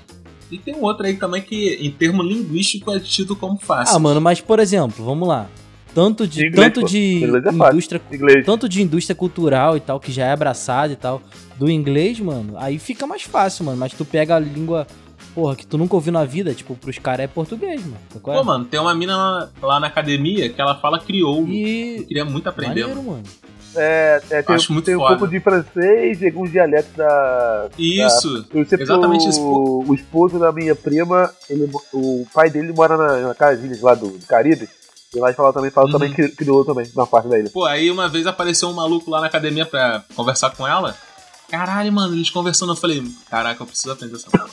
[SPEAKER 4] E tem um outro aí também que, em termo linguístico, é tido como fácil.
[SPEAKER 3] Ah, mano, mas por exemplo, vamos lá. Tanto de,
[SPEAKER 5] Inglês,
[SPEAKER 3] tanto
[SPEAKER 5] pô.
[SPEAKER 3] de
[SPEAKER 5] Inglês é fácil.
[SPEAKER 3] indústria,
[SPEAKER 5] Inglês.
[SPEAKER 3] tanto de indústria cultural e tal, que já é abraçada e tal, do inglês, mano, aí fica mais fácil, mano. Mas tu pega a língua, porra, que tu nunca ouviu na vida, tipo, pros caras é português, mano. Sabe qual é?
[SPEAKER 4] Pô, mano, tem uma mina lá- lá na academia que ela fala crioulo. Eu
[SPEAKER 3] E.
[SPEAKER 4] queria muito aprender, mano.
[SPEAKER 3] Maneiro, mano.
[SPEAKER 5] É, é, tem,
[SPEAKER 4] Acho muito
[SPEAKER 5] tem um
[SPEAKER 4] foda.
[SPEAKER 5] pouco de francês, tem alguns dialetos da.
[SPEAKER 4] Isso!
[SPEAKER 5] Eu sei porque
[SPEAKER 4] Exatamente
[SPEAKER 5] o,
[SPEAKER 4] isso,
[SPEAKER 5] o esposo da minha prima, ele, mo- o pai dele mora na, na casinha lá do, do Caribe. E lá eles falam também, falam
[SPEAKER 4] Uhum.
[SPEAKER 5] também cri- crioulo também, na parte da ilha.
[SPEAKER 4] Pô, aí uma vez apareceu um maluco lá na academia pra conversar com ela. Caralho, mano, eles conversando. Eu falei, caraca, eu preciso aprender essa porra.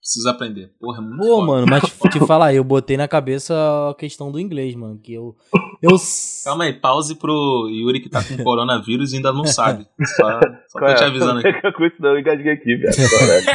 [SPEAKER 4] Preciso aprender. Porra, é muito
[SPEAKER 3] Pô,
[SPEAKER 4] foda.
[SPEAKER 3] mano, mas te falar, eu botei na cabeça a questão do inglês, mano. Que eu. Eu.
[SPEAKER 4] Calma aí, pause pro Yuri que tá com coronavírus e ainda não sabe. Só, só tô te avisando aqui.
[SPEAKER 5] Não é? com isso não, eu engasguei aqui, velho. Caralho.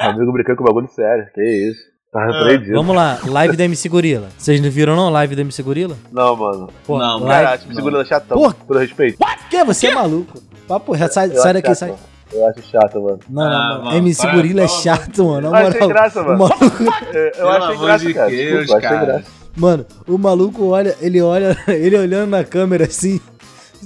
[SPEAKER 5] Amigo brincando com bagulho sério, que isso. Tá repreendido.
[SPEAKER 3] Ah, Vamos lá, live da MC Gorila. Vocês não viram, não? Live da MC Gorila?
[SPEAKER 5] Não, mano.
[SPEAKER 3] Pô,
[SPEAKER 4] Não,
[SPEAKER 3] live...
[SPEAKER 5] Caralho, me segura no chatão,
[SPEAKER 3] Porra.
[SPEAKER 5] todo respeito.
[SPEAKER 3] Que? Você é maluco. Papo, reto, sai,
[SPEAKER 5] Eu
[SPEAKER 3] sai
[SPEAKER 5] acho é
[SPEAKER 3] daqui,
[SPEAKER 5] chato,
[SPEAKER 3] sai.
[SPEAKER 5] mano. Eu acho chato, mano.
[SPEAKER 3] Não,
[SPEAKER 4] Ah,
[SPEAKER 3] não, não.
[SPEAKER 4] mano,
[SPEAKER 3] MC
[SPEAKER 4] para,
[SPEAKER 3] Gorila é
[SPEAKER 4] fala,
[SPEAKER 3] chato, mano.
[SPEAKER 5] Eu
[SPEAKER 3] Na
[SPEAKER 5] achei
[SPEAKER 3] moral,
[SPEAKER 5] graça,
[SPEAKER 3] o
[SPEAKER 5] mano.
[SPEAKER 3] maluco,
[SPEAKER 5] Eu, eu
[SPEAKER 4] Pelo
[SPEAKER 5] achei
[SPEAKER 4] amor
[SPEAKER 5] graça,
[SPEAKER 4] de
[SPEAKER 5] cara.
[SPEAKER 4] Deus,
[SPEAKER 5] Desculpa, achei
[SPEAKER 4] cara.
[SPEAKER 5] graça.
[SPEAKER 3] mano, o maluco olha, ele olha, ele olhando na câmera assim.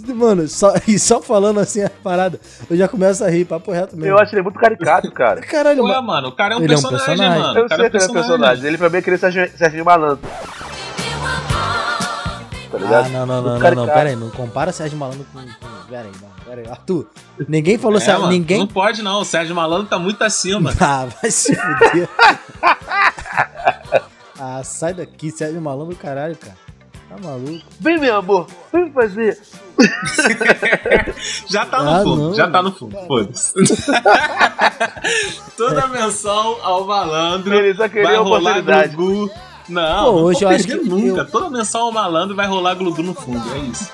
[SPEAKER 3] Mano, só, e só falando assim a parada, eu já começo a rir, papo reto mesmo.
[SPEAKER 5] Eu acho ele muito caricato, cara.
[SPEAKER 3] Caralho,
[SPEAKER 4] Ué,
[SPEAKER 3] mano.
[SPEAKER 4] mano, o cara é um,
[SPEAKER 3] Ele é um
[SPEAKER 4] personagem,
[SPEAKER 3] personagem.
[SPEAKER 4] mano.
[SPEAKER 5] Eu
[SPEAKER 4] o cara
[SPEAKER 5] sei que ele é um personagem. Ele pra mim é aquele Serginho Serginho Malandro. Tá ligado?
[SPEAKER 3] Ah, não, não, não,
[SPEAKER 5] Muito
[SPEAKER 3] não, não,
[SPEAKER 5] caricato.
[SPEAKER 3] pera aí, não compara Sérgio Malandro com. com- Pera aí, não, pera aí. Arthur, ninguém falou
[SPEAKER 4] É,
[SPEAKER 3] Sérgio,
[SPEAKER 4] mano,
[SPEAKER 3] ninguém.
[SPEAKER 4] Não pode não, o Sérgio Malandro tá muito acima.
[SPEAKER 3] Ah, vai se fuder. ah, sai daqui, Sérgio Malandro, caralho, cara. Tá maluco?
[SPEAKER 5] Vem, meu amor. Vem fazer.
[SPEAKER 4] Já tá
[SPEAKER 3] Ah,
[SPEAKER 4] no fundo,
[SPEAKER 3] não.
[SPEAKER 4] já tá no fundo. Foda-se. Toda menção ao malandro
[SPEAKER 5] Ele só
[SPEAKER 4] vai
[SPEAKER 5] queria
[SPEAKER 4] rolar
[SPEAKER 5] oportunidade.
[SPEAKER 4] glugu. Não,
[SPEAKER 3] Pô,
[SPEAKER 4] não
[SPEAKER 3] hoje
[SPEAKER 4] vou
[SPEAKER 3] eu acho
[SPEAKER 4] perder
[SPEAKER 3] que
[SPEAKER 4] nunca.
[SPEAKER 3] eu-
[SPEAKER 4] Toda menção ao malandro vai rolar glugu no fundo, é isso.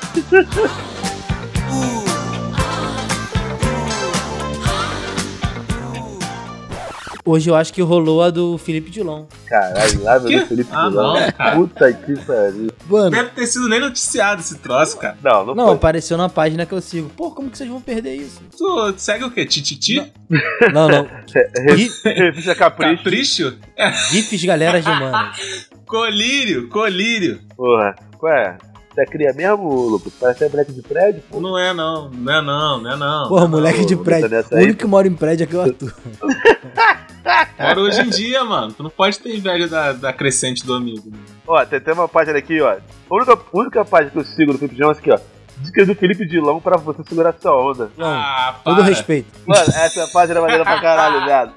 [SPEAKER 3] Hoje eu acho que rolou a do Felipe Dilon.
[SPEAKER 5] Caralho, lá
[SPEAKER 4] Que?
[SPEAKER 5] meu Felipe
[SPEAKER 4] Ah,
[SPEAKER 5] Dilon.
[SPEAKER 4] não, cara.
[SPEAKER 5] Puta que pariu.
[SPEAKER 3] Mano,
[SPEAKER 4] Deve ter sido nem noticiado esse troço, cara.
[SPEAKER 5] Não, não,
[SPEAKER 3] não,
[SPEAKER 5] foi.
[SPEAKER 3] apareceu na página que eu sigo. Pô, como que vocês vão perder isso?
[SPEAKER 4] Tu segue o quê? Tititi?
[SPEAKER 3] Não, não. Gi-
[SPEAKER 5] Revista Capricho.
[SPEAKER 4] Capricho?
[SPEAKER 3] GIFs galera de mano.
[SPEAKER 4] Colírio, colírio.
[SPEAKER 5] Porra. Ué, você cria mesmo, Lucas? Parece a moleque de prédio, pô.
[SPEAKER 4] Não é não, não é não, não é não.
[SPEAKER 3] Porra, moleque de
[SPEAKER 5] Ô,
[SPEAKER 3] prédio.
[SPEAKER 5] tá nessa
[SPEAKER 3] O
[SPEAKER 5] aí,
[SPEAKER 3] único que mora em prédio aqui é o Arthur.
[SPEAKER 4] Agora hoje em dia, mano, tu não pode ter inveja da, da crescente do amigo.
[SPEAKER 5] Ó, tem até uma página aqui, ó. A única, única página que eu sigo do Felipe Dilon é essa aqui, ó. Dicas do Felipe Dilon pra você segurar sua onda.
[SPEAKER 3] Não,
[SPEAKER 4] ah, para.
[SPEAKER 3] Todo respeito.
[SPEAKER 5] Mano, essa página é maneira pra caralho, viado.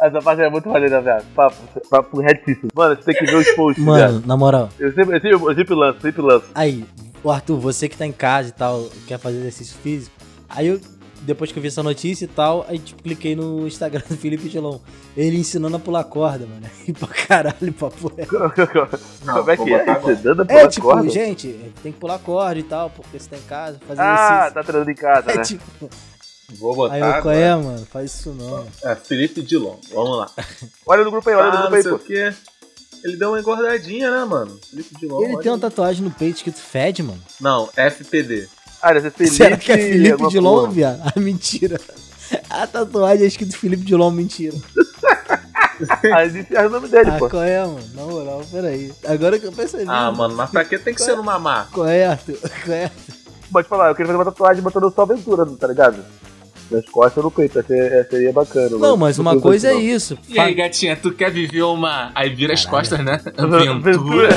[SPEAKER 5] Essa página é muito maneira, viado. Papo, papo retíssimo. Mano, você tem que ver os posts, viado.
[SPEAKER 3] Mano, na moral.
[SPEAKER 5] Eu sempre, eu sempre, eu sempre lanço, sempre lanço.
[SPEAKER 3] Aí, o Arthur, você que tá em casa e tal, quer fazer exercício físico. Aí eu, depois que eu vi essa notícia e tal, aí tipo, cliquei no Instagram do Felipe Gelon. Ele ensinando a pular corda, mano. E pra caralho, papo reto.
[SPEAKER 5] Como é que é? Você dando
[SPEAKER 3] É,
[SPEAKER 5] pela
[SPEAKER 3] tipo,
[SPEAKER 5] corda?
[SPEAKER 3] gente, tem que pular corda e tal, porque você tá em casa, fazer
[SPEAKER 5] Ah,
[SPEAKER 3] exercício.
[SPEAKER 5] tá treinando em casa,
[SPEAKER 3] É
[SPEAKER 5] né?
[SPEAKER 3] tipo,
[SPEAKER 4] Vou
[SPEAKER 3] aí eu,
[SPEAKER 4] botar né?
[SPEAKER 3] qual é, mano? Faz isso não.
[SPEAKER 4] É, Felipe Dilon, vamos lá.
[SPEAKER 5] Olha no grupo aí, olha no
[SPEAKER 4] Ah,
[SPEAKER 5] grupo
[SPEAKER 4] não
[SPEAKER 5] aí,
[SPEAKER 4] sei o
[SPEAKER 5] pô.
[SPEAKER 4] quê. Ele deu uma engordadinha, né, mano? Felipe Dilon.
[SPEAKER 3] Ele
[SPEAKER 4] olha
[SPEAKER 3] tem uma
[SPEAKER 4] aí.
[SPEAKER 3] tatuagem no peito escrito Fed, mano.
[SPEAKER 4] Não, FPD.
[SPEAKER 5] Ah, deve ser Felipe.
[SPEAKER 3] Será que é Felipe
[SPEAKER 5] alguma
[SPEAKER 3] Dilon,
[SPEAKER 5] porra.
[SPEAKER 3] viado? Ah, mentira. A tatuagem é escrito Felipe Dilon, mentira.
[SPEAKER 5] Ah, disse é o nome dele,
[SPEAKER 3] Ah,
[SPEAKER 5] pô.
[SPEAKER 3] qual é, mano? Na moral, peraí. Agora que eu percebi.
[SPEAKER 4] Ah, mano, mas pra que tem que ser no mamá?
[SPEAKER 3] Qual é, Arthur? Qual é?
[SPEAKER 5] Pode falar, eu queria fazer uma tatuagem botando só aventura, tá ligado? Nas costas ou no peito, acho que é- seria bacana.
[SPEAKER 3] Não, mas uma
[SPEAKER 5] tô
[SPEAKER 3] coisa é
[SPEAKER 5] pensando,
[SPEAKER 3] isso.
[SPEAKER 4] E aí, gatinha, tu quer viver uma. Aí vira as costas, né?
[SPEAKER 5] não.
[SPEAKER 4] Aventura.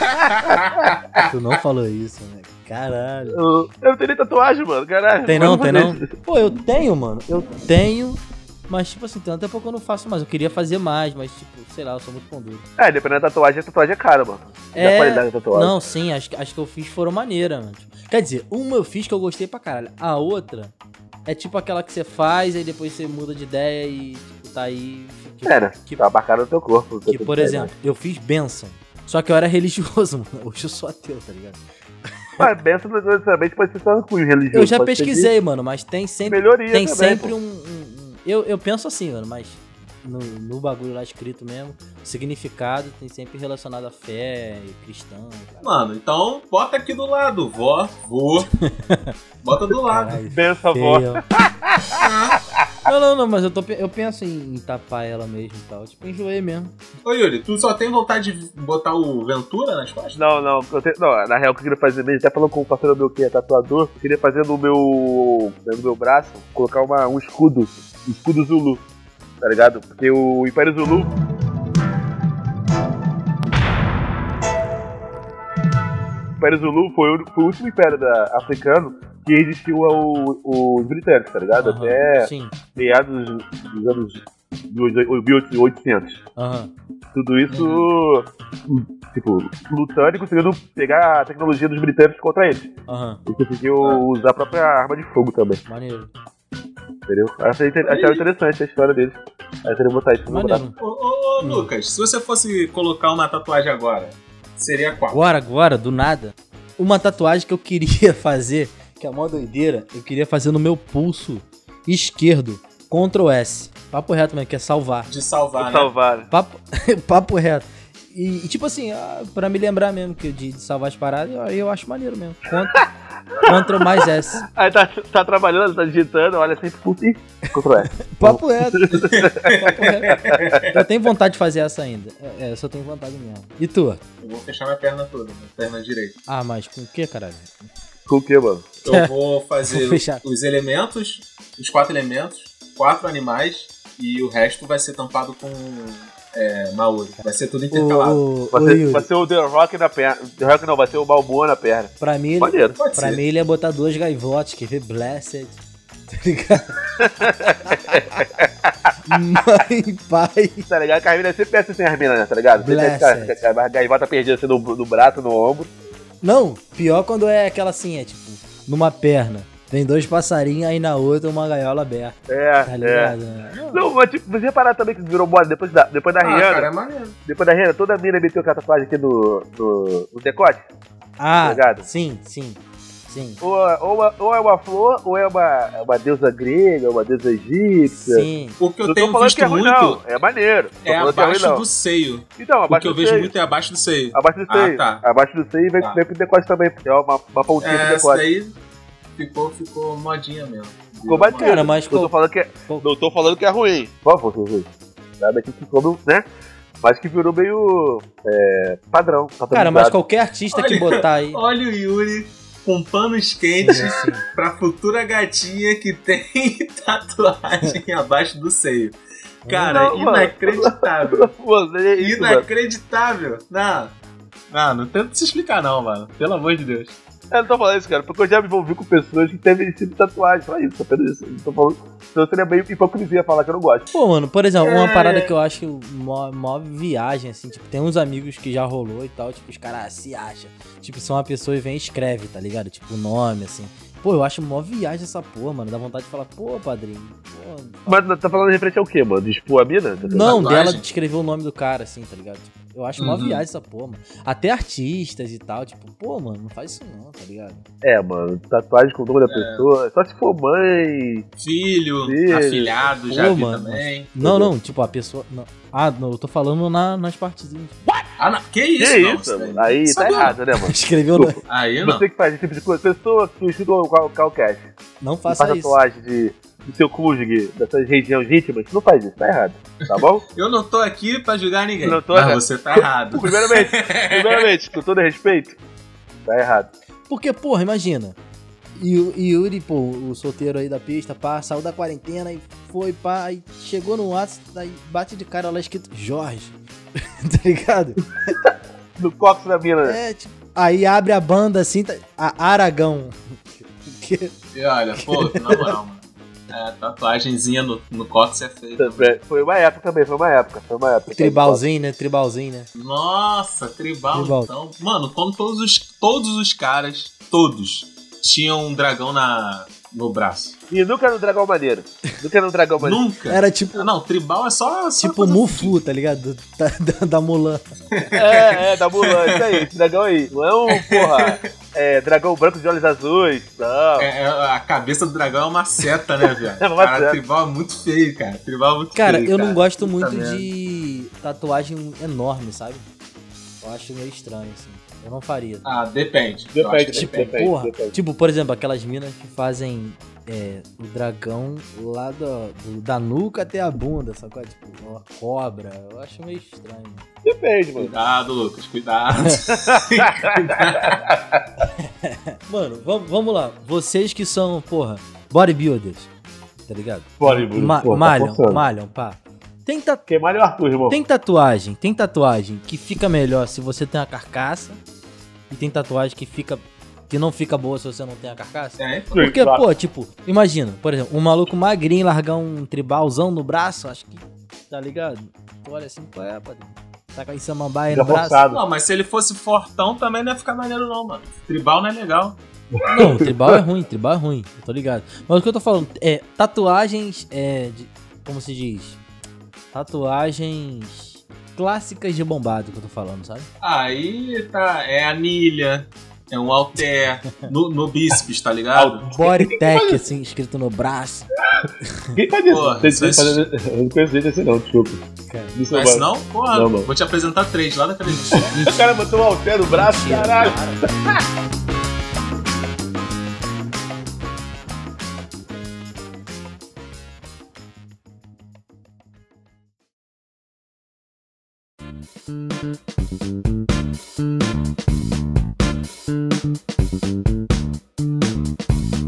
[SPEAKER 3] Fa- Tu não falou isso, né? Caralho.
[SPEAKER 5] Eu eu não tenho nem tatuagem, mano, caralho.
[SPEAKER 3] Tem não, tem
[SPEAKER 5] Mas
[SPEAKER 3] não? Pô, eu tenho, mano. Eu tenho. Mas, tipo assim, tanto é pouco eu não faço mais. Eu queria fazer mais, mas, tipo, sei lá, eu sou muito É, conduto.
[SPEAKER 5] É, dependendo da tatuagem, a tatuagem é cara, mano. Da qualidade da tatuagem.
[SPEAKER 3] Não, sim, acho, que- acho que eu fiz foram maneira, mano. Tipo, Quer dizer, uma eu fiz que eu gostei pra caralho. A outra é tipo aquela que você faz, aí depois você muda de ideia e, tipo, tá aí. Que,
[SPEAKER 5] É, né?
[SPEAKER 3] que-
[SPEAKER 5] Tá marcado no teu corpo. no teu
[SPEAKER 3] Que, por
[SPEAKER 5] corpo,
[SPEAKER 3] exemplo, eu fiz benção. Só que eu era religioso, mano. Hoje eu sou ateu, tá ligado?
[SPEAKER 5] né? Mas benção não necessariamente pode ser só um cunho religioso.
[SPEAKER 3] Eu já
[SPEAKER 5] pode ser de
[SPEAKER 3] pesquisei, mano, mas tem sempre.
[SPEAKER 5] Melhoria
[SPEAKER 3] Tem
[SPEAKER 5] também,
[SPEAKER 3] sempre
[SPEAKER 5] pô.
[SPEAKER 3] um. um- um- eu, eu penso assim, mano, mas no, no bagulho lá escrito mesmo, o significado tem sempre relacionado à fé e cristão. cara.
[SPEAKER 4] Mano, então bota aqui do lado. Vó, vô. Bota do lado.
[SPEAKER 3] Caralho,
[SPEAKER 5] Benção, avó.
[SPEAKER 3] feio. Não, não, não, mas eu, tô, pe- eu penso em, em tapar ela mesmo e tal. Tipo, enjoei mesmo.
[SPEAKER 4] Ô Yuri, tu só tem vontade de botar o Ventura nas costas?
[SPEAKER 5] Não, não, eu tenho- não, na real o que eu queria fazer mesmo, até falou com o parceiro meu que é tatuador, eu queria fazer no meu, né, no meu braço, colocar uma, um escudo, um escudo Zulu, tá ligado? Porque o Império Zulu, o Império Zulu foi o, foi o último império da, africano que resistiu ao, aos britânicos, tá ligado?
[SPEAKER 3] Aham,
[SPEAKER 5] Até
[SPEAKER 3] Sim.
[SPEAKER 5] meados dos anos dos 1800
[SPEAKER 3] Aham.
[SPEAKER 5] tudo isso, tipo, lutando e conseguindo pegar a tecnologia dos britânicos contra eles.
[SPEAKER 3] Aham.
[SPEAKER 5] E conseguiu
[SPEAKER 3] Ah.
[SPEAKER 5] usar a própria arma de fogo também,
[SPEAKER 3] Maneiro.
[SPEAKER 5] entendeu? Achei, inter- acharam interessante a história deles. Aí eu queria botar isso no braço.
[SPEAKER 3] Maneiro.
[SPEAKER 4] Ô, ô, ô,
[SPEAKER 3] Hum.
[SPEAKER 4] Lucas, se você fosse colocar uma tatuagem agora, seria qual?
[SPEAKER 3] Agora, agora, do nada. Uma tatuagem que eu queria fazer, que é uma doideira, eu queria fazer no meu pulso esquerdo. Ctrl S. Papo reto mesmo, que é salvar.
[SPEAKER 4] De salvar, né?
[SPEAKER 5] Salvar.
[SPEAKER 3] Papo, papo reto. E, e tipo assim, ah, pra me lembrar mesmo que de, de salvar as paradas, eu, eu acho maneiro mesmo. Ctrl, Ctrl mais S.
[SPEAKER 5] Aí tá, tá trabalhando, tá digitando, olha sempre puto e controla.
[SPEAKER 3] Papo reto. Papo reto. Eu tenho vontade de fazer essa ainda. É, é, eu só tenho vontade mesmo. E tu?
[SPEAKER 4] Eu vou fechar minha perna toda, minha perna direita.
[SPEAKER 3] Ah, mas com o que, caralho?
[SPEAKER 5] Com o que, mano?
[SPEAKER 4] Eu vou fazer
[SPEAKER 3] Vou fechar.
[SPEAKER 4] os elementos, os quatro elementos, quatro animais, e o resto vai ser tampado com é, Maori. Vai ser tudo intercalado.
[SPEAKER 3] O,
[SPEAKER 5] Vai ser, vai ser o The Rock na perna. The Rock não, vai ser o Balboa na perna.
[SPEAKER 3] pra mim, ele,
[SPEAKER 5] Maneiro.
[SPEAKER 4] Pode
[SPEAKER 3] pra
[SPEAKER 4] ser.
[SPEAKER 3] mim, ele ia botar duas gaivotes, que vê Blessed. Tá ligado? Mãe, pai.
[SPEAKER 5] Tá ligado? Carmina é sempre peça sem as minas, né? Tá ligado? Sempre
[SPEAKER 3] Blessed.
[SPEAKER 5] essa- essa- essa Gaivota perdida assim no, no braço, no ombro.
[SPEAKER 3] Não, pior quando é aquela assim, é tipo, numa perna. Tem dois passarinhos, aí na outra uma gaiola aberta,
[SPEAKER 5] É,
[SPEAKER 3] tá
[SPEAKER 5] é.
[SPEAKER 3] ligado? né?
[SPEAKER 5] Não, mas tipo, vocês repararam também que virou moda depois da, depois da
[SPEAKER 4] Ah,
[SPEAKER 5] Rihanna.
[SPEAKER 4] cara, é maneiro.
[SPEAKER 5] Depois da Rihanna, toda mina meteu aquela tatuagem aqui no, no, no decote.
[SPEAKER 3] Ah,
[SPEAKER 5] Obrigado.
[SPEAKER 3] sim, sim, sim.
[SPEAKER 5] Ou, ou, ou é uma flor, ou é uma, é uma deusa grega, uma deusa egípcia.
[SPEAKER 3] Sim.
[SPEAKER 4] O que eu
[SPEAKER 5] não tô
[SPEAKER 4] tenho
[SPEAKER 5] falando
[SPEAKER 4] visto
[SPEAKER 5] que é ruim,
[SPEAKER 4] muito
[SPEAKER 5] não. É maneiro. Tô
[SPEAKER 4] é
[SPEAKER 5] falando que
[SPEAKER 4] abaixo
[SPEAKER 5] ruim, não.
[SPEAKER 4] do seio.
[SPEAKER 5] Então,
[SPEAKER 4] O que
[SPEAKER 5] abaixo
[SPEAKER 4] eu
[SPEAKER 5] do
[SPEAKER 4] vejo
[SPEAKER 5] seio.
[SPEAKER 4] muito é abaixo do seio.
[SPEAKER 5] Abaixo do
[SPEAKER 4] Ah,
[SPEAKER 5] seio.
[SPEAKER 4] tá.
[SPEAKER 5] Abaixo do seio e vem,
[SPEAKER 4] Tá.
[SPEAKER 5] vem pro decote também. porque É uma, uma pontinha pro
[SPEAKER 4] É, essa
[SPEAKER 5] decote.
[SPEAKER 4] daí ficou, ficou modinha mesmo.
[SPEAKER 5] Ficou bacana.
[SPEAKER 3] Cara, mas
[SPEAKER 5] Não tô
[SPEAKER 3] co-
[SPEAKER 5] falando que é,
[SPEAKER 3] Pô.
[SPEAKER 5] não tô falando que é ruim. Por favor, seu juiz. Sabe que ficou, né? Mas que virou meio é, padrão.
[SPEAKER 3] cara, mas
[SPEAKER 5] padronizado.
[SPEAKER 3] qualquer artista que
[SPEAKER 4] Olha.
[SPEAKER 3] botar aí.
[SPEAKER 4] Olha o Yuri com panos quentes pra futura gatinha que tem tatuagem abaixo do seio. Cara,
[SPEAKER 5] Não, mano.
[SPEAKER 4] inacreditável.
[SPEAKER 5] Mano, é isso, mano.
[SPEAKER 4] inacreditável. Não. Não, não tenta se explicar não, mano. Pelo amor de Deus.
[SPEAKER 5] Eu não tô falando isso, cara, porque eu já me envolvi com pessoas que têm merecido tatuagem. Só isso, apenas isso. Eu Não tô falando. Então seria meio hipocrisia falar que eu não gosto.
[SPEAKER 3] Pô, mano, por exemplo,
[SPEAKER 4] É.
[SPEAKER 3] uma parada que eu acho mó, mó viagem, assim, tipo, tem uns amigos que já rolou e tal, tipo, os caras se acham. Tipo, são uma pessoa e vem e escreve, tá ligado? Tipo, o nome, assim. Pô, eu acho mó viagem essa porra, mano. Dá vontade de falar, pô, padrinho, pô.
[SPEAKER 5] Mas tá falando referente ao quê, mano? De expor a mina?
[SPEAKER 3] Não,
[SPEAKER 4] tatuagem?
[SPEAKER 3] dela de escrever o nome do cara, assim, tá ligado? Tipo, eu acho mó
[SPEAKER 4] Uhum.
[SPEAKER 3] viagem essa porra, mano. Até artistas e tal, tipo, pô, mano, não faz isso não, tá ligado?
[SPEAKER 5] É, mano, tatuagem com o
[SPEAKER 4] É.
[SPEAKER 5] nome da pessoa. Só se for mãe.
[SPEAKER 4] Filho,
[SPEAKER 5] Filho.
[SPEAKER 4] afilhado, já
[SPEAKER 3] Pô,
[SPEAKER 4] vi
[SPEAKER 3] mano.
[SPEAKER 4] também.
[SPEAKER 3] Não, não, tipo, a pessoa. não. Ah, não, eu tô falando na, nas partezinhas.
[SPEAKER 4] Ah, não. Que
[SPEAKER 5] Que
[SPEAKER 4] isso, não,
[SPEAKER 5] isso,
[SPEAKER 4] isso daí
[SPEAKER 5] mano?
[SPEAKER 4] não
[SPEAKER 5] Aí tá
[SPEAKER 4] sabia.
[SPEAKER 5] errado, né, mano?
[SPEAKER 3] Escreveu. Não,
[SPEAKER 4] Aí não.
[SPEAKER 5] Você que faz esse tipo de coisa, pessoa que estuda o cal- calcast, que
[SPEAKER 3] não
[SPEAKER 5] faz
[SPEAKER 3] faça isso.
[SPEAKER 5] tatuagem de, do seu cônjuge, dessas regiões íntimas, não faz isso, tá errado, tá bom?
[SPEAKER 4] Eu não tô aqui pra julgar ninguém.
[SPEAKER 5] Não tô,
[SPEAKER 4] mas
[SPEAKER 5] né?
[SPEAKER 4] você tá errado.
[SPEAKER 5] Primeiramente, primeiramente, com todo respeito, tá errado.
[SPEAKER 3] Porque, porra, imagina. E o e o Yuri, pô, o solteiro aí da pista, pá, saiu da quarentena e foi, pá, aí chegou no WhatsApp, aí bate de cara lá escrito Jorge. tá ligado?
[SPEAKER 5] No coxo da mina, né?
[SPEAKER 3] É, tipo. Aí abre a banda assim, tá, a Aragão. Que-
[SPEAKER 4] E olha, pô, na moral, mano. É, tatuagenzinha no, no cóccix é feita.
[SPEAKER 5] Foi uma época também, foi uma época, foi uma época.
[SPEAKER 3] Tribalzinho, né? Tribalzinho, né?
[SPEAKER 4] Nossa, tribal,
[SPEAKER 3] Tribal.
[SPEAKER 4] então. Mano, como todos os, todos os caras, todos, tinham um dragão na, no braço.
[SPEAKER 5] E nunca era um dragão maneiro. Nunca era um dragão maneiro.
[SPEAKER 4] Nunca.
[SPEAKER 3] Era tipo.
[SPEAKER 4] Ah, Não, tribal é só. só
[SPEAKER 3] Tipo
[SPEAKER 4] coisa-
[SPEAKER 3] Mufu, tá ligado? Da, da, da Mulan.
[SPEAKER 5] É, é, da Mulan, isso aí, esse dragão aí. Não é um, porra, é, dragão branco de olhos azuis, não.
[SPEAKER 4] É, é, a cabeça do dragão é uma seta, né, velho?
[SPEAKER 5] É uma
[SPEAKER 4] cara,
[SPEAKER 5] seta.
[SPEAKER 4] tribal é muito feio, cara. Tribal é muito
[SPEAKER 3] Cara,
[SPEAKER 4] feio.
[SPEAKER 3] eu não gosto muito
[SPEAKER 4] merda.
[SPEAKER 3] de tatuagem enorme, sabe? Eu acho meio estranho, assim. Eu não faria.
[SPEAKER 4] Ah, depende. Eu
[SPEAKER 5] Depende,
[SPEAKER 4] acho que
[SPEAKER 3] Tipo,
[SPEAKER 5] depende,
[SPEAKER 3] porra,
[SPEAKER 5] depende.
[SPEAKER 3] tipo, por exemplo, aquelas minas que fazem é, o dragão lá do, do- da nuca até a bunda, sacou? Tipo, uma cobra. Eu acho meio estranho.
[SPEAKER 5] Depende, mano.
[SPEAKER 4] Cuidado, Lucas, cuidado.
[SPEAKER 3] Mano, vam- vamos lá. Vocês que são, porra, bodybuilders, tá ligado?
[SPEAKER 5] Bodybuilder,
[SPEAKER 3] Ma
[SPEAKER 5] pô, tá
[SPEAKER 3] malham,
[SPEAKER 5] forçando.
[SPEAKER 3] malham, pá. Tem, ta-
[SPEAKER 5] Queimar é o Arthur, irmão.
[SPEAKER 3] tem tatuagem, tem tatuagem que fica melhor se você tem a carcaça e tem tatuagem que fica que não fica boa se você não tem a carcaça.
[SPEAKER 4] É, pô.
[SPEAKER 3] Porque,
[SPEAKER 5] claro.
[SPEAKER 3] pô, tipo, imagina, por exemplo, um maluco magrinho largar um tribalzão no braço, acho que, tá ligado? Tu olha assim, pô, é, pô, tá com a samambaia
[SPEAKER 5] Fica
[SPEAKER 3] no braço.
[SPEAKER 5] forçado.
[SPEAKER 4] Não, mas se ele fosse fortão também não ia ficar maneiro, não, mano. Tribal não é legal.
[SPEAKER 3] Não, tribal é ruim, tribal é ruim, eu tô ligado. Mas o que eu tô falando é tatuagens, é, de- como se diz, tatuagens clássicas de bombado que eu tô falando, sabe?
[SPEAKER 4] Aí tá, é anilha, é um halter, no, no bíceps, tá ligado?
[SPEAKER 3] Bodytech, assim, escrito no braço.
[SPEAKER 5] Quem faz isso?
[SPEAKER 4] Porra,
[SPEAKER 5] Tem-
[SPEAKER 4] isso é-
[SPEAKER 5] tem- faz- Eu não conheço gente assim, não, desculpa.
[SPEAKER 3] Cara,
[SPEAKER 5] Isso
[SPEAKER 4] Mas
[SPEAKER 5] mano.
[SPEAKER 4] não, porra,
[SPEAKER 5] Não, não.
[SPEAKER 4] vou te apresentar três lá daquele jeito.
[SPEAKER 5] O cara botou um halter no braço, caralho.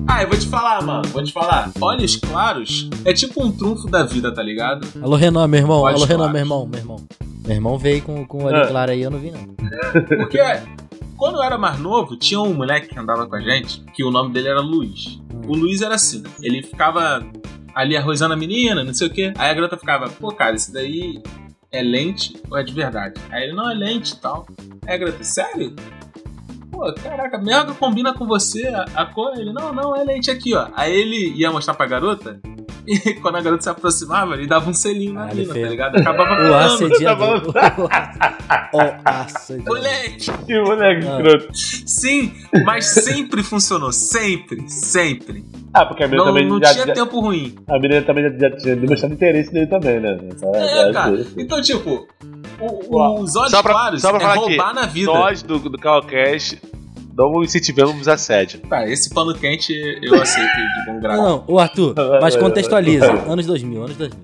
[SPEAKER 4] Ah, eu vou te falar, mano, vou te falar. Olhos claros é tipo um trunfo da vida, tá ligado?
[SPEAKER 3] Alô, Renan, meu irmão,
[SPEAKER 4] Pode
[SPEAKER 3] alô, Renan,
[SPEAKER 4] falar.
[SPEAKER 3] meu irmão, meu irmão. Meu irmão veio com, com o olho
[SPEAKER 5] Ah.
[SPEAKER 3] claro aí, eu não vi não.
[SPEAKER 4] Porque quando eu era mais novo, tinha um moleque que andava com a gente, que o nome dele era Luiz.
[SPEAKER 3] Hum.
[SPEAKER 4] O Luiz era assim, ele ficava ali arrozando a menina, não sei o quê. Aí a garota ficava, pô, cara, isso daí é lente ou é de verdade? Aí ele, não, é lente e tal. Aí a garota, sério? Pô, caraca, merda combina com você a, a cor? Ele, não, não, é lente aqui, ó. Aí ele ia mostrar pra garota, e quando a garota se aproximava, ele dava um selinho na
[SPEAKER 3] Ah, ele
[SPEAKER 4] mina, tá
[SPEAKER 3] fez.
[SPEAKER 4] ligado? Acabava
[SPEAKER 3] O
[SPEAKER 4] pegando.
[SPEAKER 3] assediador. O assediador.
[SPEAKER 4] Moleque!
[SPEAKER 5] Que moleque
[SPEAKER 3] Ah.
[SPEAKER 5] escroto.
[SPEAKER 4] Sim, mas sempre funcionou. Sempre, sempre.
[SPEAKER 5] Ah, porque a menina
[SPEAKER 4] Não,
[SPEAKER 5] também
[SPEAKER 4] não
[SPEAKER 5] já,
[SPEAKER 4] tinha
[SPEAKER 5] já-
[SPEAKER 4] tempo ruim.
[SPEAKER 5] a menina também já, já tinha demonstrado interesse nele também, né?
[SPEAKER 4] É,
[SPEAKER 5] é,
[SPEAKER 4] cara.
[SPEAKER 5] é.
[SPEAKER 4] Então, tipo, o-
[SPEAKER 5] Ó,
[SPEAKER 4] os olhos
[SPEAKER 7] só pra-
[SPEAKER 4] claros
[SPEAKER 7] só pra
[SPEAKER 4] é
[SPEAKER 7] falar
[SPEAKER 4] roubar na vida.
[SPEAKER 7] Nós do, do Calcast não incentivamos assédio.
[SPEAKER 4] Tá, esse pano quente eu aceito de bom grado.
[SPEAKER 3] Não, o Arthur, mas contextualiza. Anos 2000, anos 2000.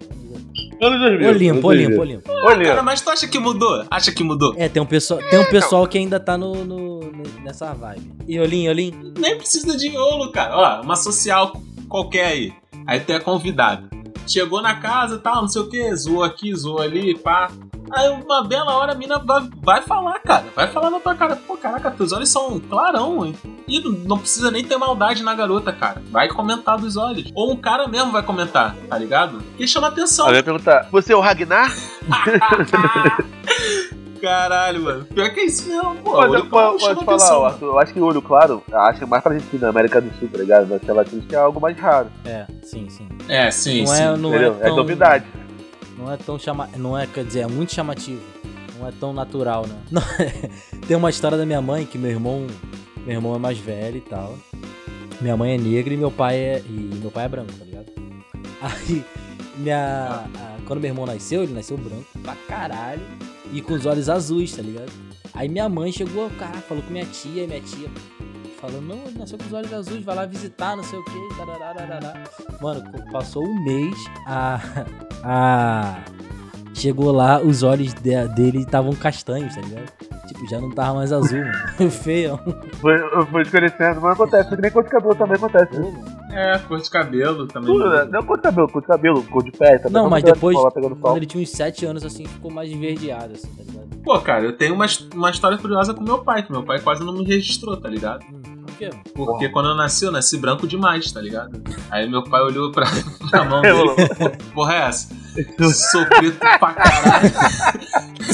[SPEAKER 5] Anos 2000. anos
[SPEAKER 3] Olimpo,
[SPEAKER 5] 2000.
[SPEAKER 3] Olimpo, Olimpo.
[SPEAKER 4] Cara,
[SPEAKER 5] Olimpo.
[SPEAKER 4] mas tu acha que mudou? Acha que mudou?
[SPEAKER 3] É, tem um pessoal, tem um pessoal que ainda tá no, no- nessa vibe. E Olim, Olim,
[SPEAKER 4] Nem precisa de miolo, cara. Ó, uma social qualquer aí. Aí tu é convidado. Chegou na casa e tal, não sei o que, zoou aqui, zoou ali, pá. Aí uma bela hora a mina vai, vai falar, cara. Vai falar na tua cara. Pô, caraca, teus olhos são clarão, hein? E não- não precisa nem ter maldade na garota, cara. Vai comentar dos olhos. Ou um cara mesmo vai comentar, tá ligado? E chama atenção.
[SPEAKER 7] Alguém vai perguntar, você é o Ragnar?
[SPEAKER 4] Caralho, mano. Pior que é isso mesmo, pô.
[SPEAKER 5] Mas
[SPEAKER 4] Olho
[SPEAKER 5] eu,
[SPEAKER 4] claro
[SPEAKER 5] pode,
[SPEAKER 4] chama
[SPEAKER 5] pode falar,
[SPEAKER 4] atenção.
[SPEAKER 5] ó, Arthur, eu acho que o olho claro, acho que é mais pra gente aqui na América do Sul, tá ligado? Na América Latina, que é algo mais raro,
[SPEAKER 3] é, sim, sim.
[SPEAKER 4] É, sim,
[SPEAKER 3] Não
[SPEAKER 4] sim.
[SPEAKER 3] é, não é
[SPEAKER 5] entendeu? É
[SPEAKER 3] tão,
[SPEAKER 5] novidade.
[SPEAKER 3] não é tão chama, não é, quer dizer, é muito chamativo. Não é tão natural, né? Não, tem uma história da minha mãe que meu irmão, meu irmão é mais velho e tal. Minha mãe é negra e meu pai é e meu pai é branco, tá ligado? Aí minha a- quando meu irmão nasceu, ele nasceu branco pra caralho e com os olhos azuis, tá ligado? Aí minha mãe chegou, cara, falou com minha tia, e minha tia falou: "Não, ele nasceu com os olhos azuis, vai lá visitar, não sei o quê". tarará, tarará." Mano, passou um mês a ah, chegou lá, os olhos de- dele estavam castanhos, tá ligado? Tipo, já não tava mais azul, mano. Feião.
[SPEAKER 5] Foi, foi escurecendo, mas acontece, que nem cor de cabelo também acontece. né?
[SPEAKER 4] É, cor de cabelo também.
[SPEAKER 5] Tudo, né? Não cor de cabelo, cor de cabelo, cor de pé, também.
[SPEAKER 3] Não, mas
[SPEAKER 5] acontece,
[SPEAKER 3] depois,
[SPEAKER 5] tipo, Lá pegando
[SPEAKER 3] quando
[SPEAKER 5] sol.
[SPEAKER 3] ele tinha uns 7 anos, assim, ficou mais esverdeado, assim, tá ligado?
[SPEAKER 4] Pô, cara, eu tenho uma, uma história curiosa com meu pai, que meu pai quase não me registrou, tá ligado?
[SPEAKER 3] Hum, por quê? mano?
[SPEAKER 4] Porque quando eu nasci, eu nasci branco demais, tá ligado? Aí meu pai olhou pra, pra mão dele e falou, porra é essa? Sou preto pra caralho.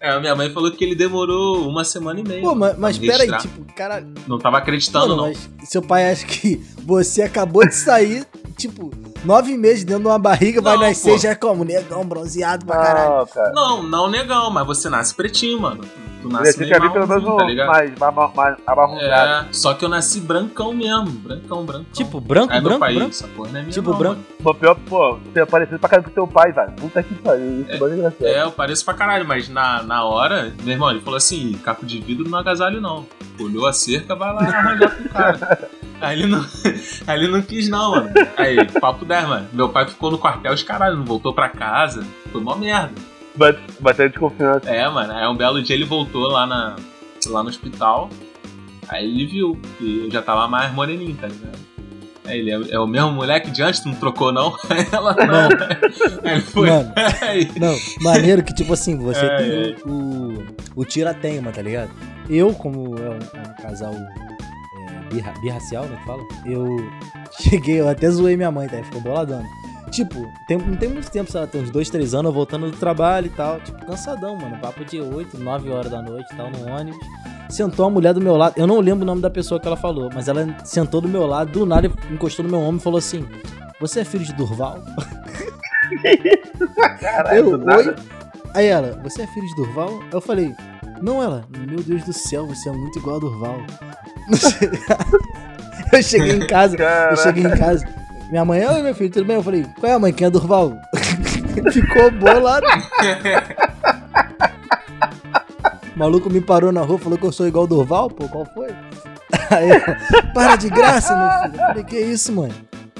[SPEAKER 4] É, a minha mãe falou que ele demorou uma semana e meia.
[SPEAKER 8] Pô, mas, mas
[SPEAKER 4] pra
[SPEAKER 8] peraí,
[SPEAKER 4] registrar.
[SPEAKER 8] tipo, cara.
[SPEAKER 4] Não tava acreditando,
[SPEAKER 8] Mano,
[SPEAKER 4] não.
[SPEAKER 8] mas seu pai acha que você acabou de sair, tipo, nove meses dentro de uma barriga, vai
[SPEAKER 4] Não,
[SPEAKER 8] nascer
[SPEAKER 4] pô.
[SPEAKER 8] já como? Negão, bronzeado pra caralho.
[SPEAKER 5] Não, cara.
[SPEAKER 4] Não, não negão, mas você nasce pretinho, mano. Tu
[SPEAKER 5] Eu
[SPEAKER 4] nasce
[SPEAKER 5] tinha que
[SPEAKER 4] meio
[SPEAKER 5] abrir pelo menos
[SPEAKER 4] marrom,
[SPEAKER 5] um
[SPEAKER 4] tá ligado?
[SPEAKER 5] mais, mais, mais, mais amarronzado.
[SPEAKER 4] É, só que eu nasci brancão mesmo, brancão, brancão.
[SPEAKER 9] Tipo, branco,
[SPEAKER 4] é meu
[SPEAKER 9] branco,
[SPEAKER 4] país,
[SPEAKER 9] branco.
[SPEAKER 4] essa porra não é minha
[SPEAKER 9] Tipo
[SPEAKER 4] não,
[SPEAKER 9] branco.
[SPEAKER 4] mano.
[SPEAKER 5] Pô, pior, pô, você é parecido pra caramba com teu pai, velho. Puta que pariu, isso é mais engraçado.
[SPEAKER 4] É, eu pareço pra caralho, mas na, na hora, meu irmão, ele falou assim, caco de vidro não agasalho não. Olhou a cerca, vai lá arranjar com o cara. Aí ele, não, aí ele não quis não, mano. Aí, papo 10, mano. Meu pai ficou no quartel, os caralho, não voltou pra casa. Foi mó merda.
[SPEAKER 5] Mas, mas tem desconfiança.
[SPEAKER 4] É, mano. Aí um belo dia ele voltou lá, na, lá no hospital. Aí ele viu que eu já tava mais moreninho, tá ligado? Aí ele, é, é o mesmo moleque de antes, tu não trocou não? Aí ela, não. Aí ele foi.
[SPEAKER 3] Mano.
[SPEAKER 4] Aí,
[SPEAKER 3] Não, maneiro que, tipo assim, você
[SPEAKER 4] É,
[SPEAKER 3] tem o, o, o tirateima, tá ligado? Eu, como é um, é um casal é, birra- birracial, né, que fala? Eu cheguei, eu até zoei minha mãe, tá? Ela Ficou boladona. Tipo, tem, não tem muito tempo, sei lá, tem uns dois, três anos, eu voltando do trabalho e tal. Tipo, cansadão, mano. Papo de 8, 9 horas da noite e tal, no ônibus. Sentou uma mulher do meu lado, eu não lembro o nome da pessoa que ela falou, mas ela sentou do meu lado, do nada encostou no meu ombro e falou assim: Você é filho de Durval?
[SPEAKER 5] Caralho,
[SPEAKER 3] Eu,
[SPEAKER 5] do nada.
[SPEAKER 3] oi? Aí ela, você é filho de Durval? Eu falei, não ela, meu Deus do céu, você é muito igual a Durval. eu cheguei em casa, eu cheguei em casa, minha mãe, oi meu filho, tudo bem? Eu falei, qual é mãe, quem é Durval? Ficou bolado. O maluco me parou na rua, falou que eu sou igual o Durval, pô, qual foi? Aí eu, para de graça, meu filho. Eu falei, que isso, mãe?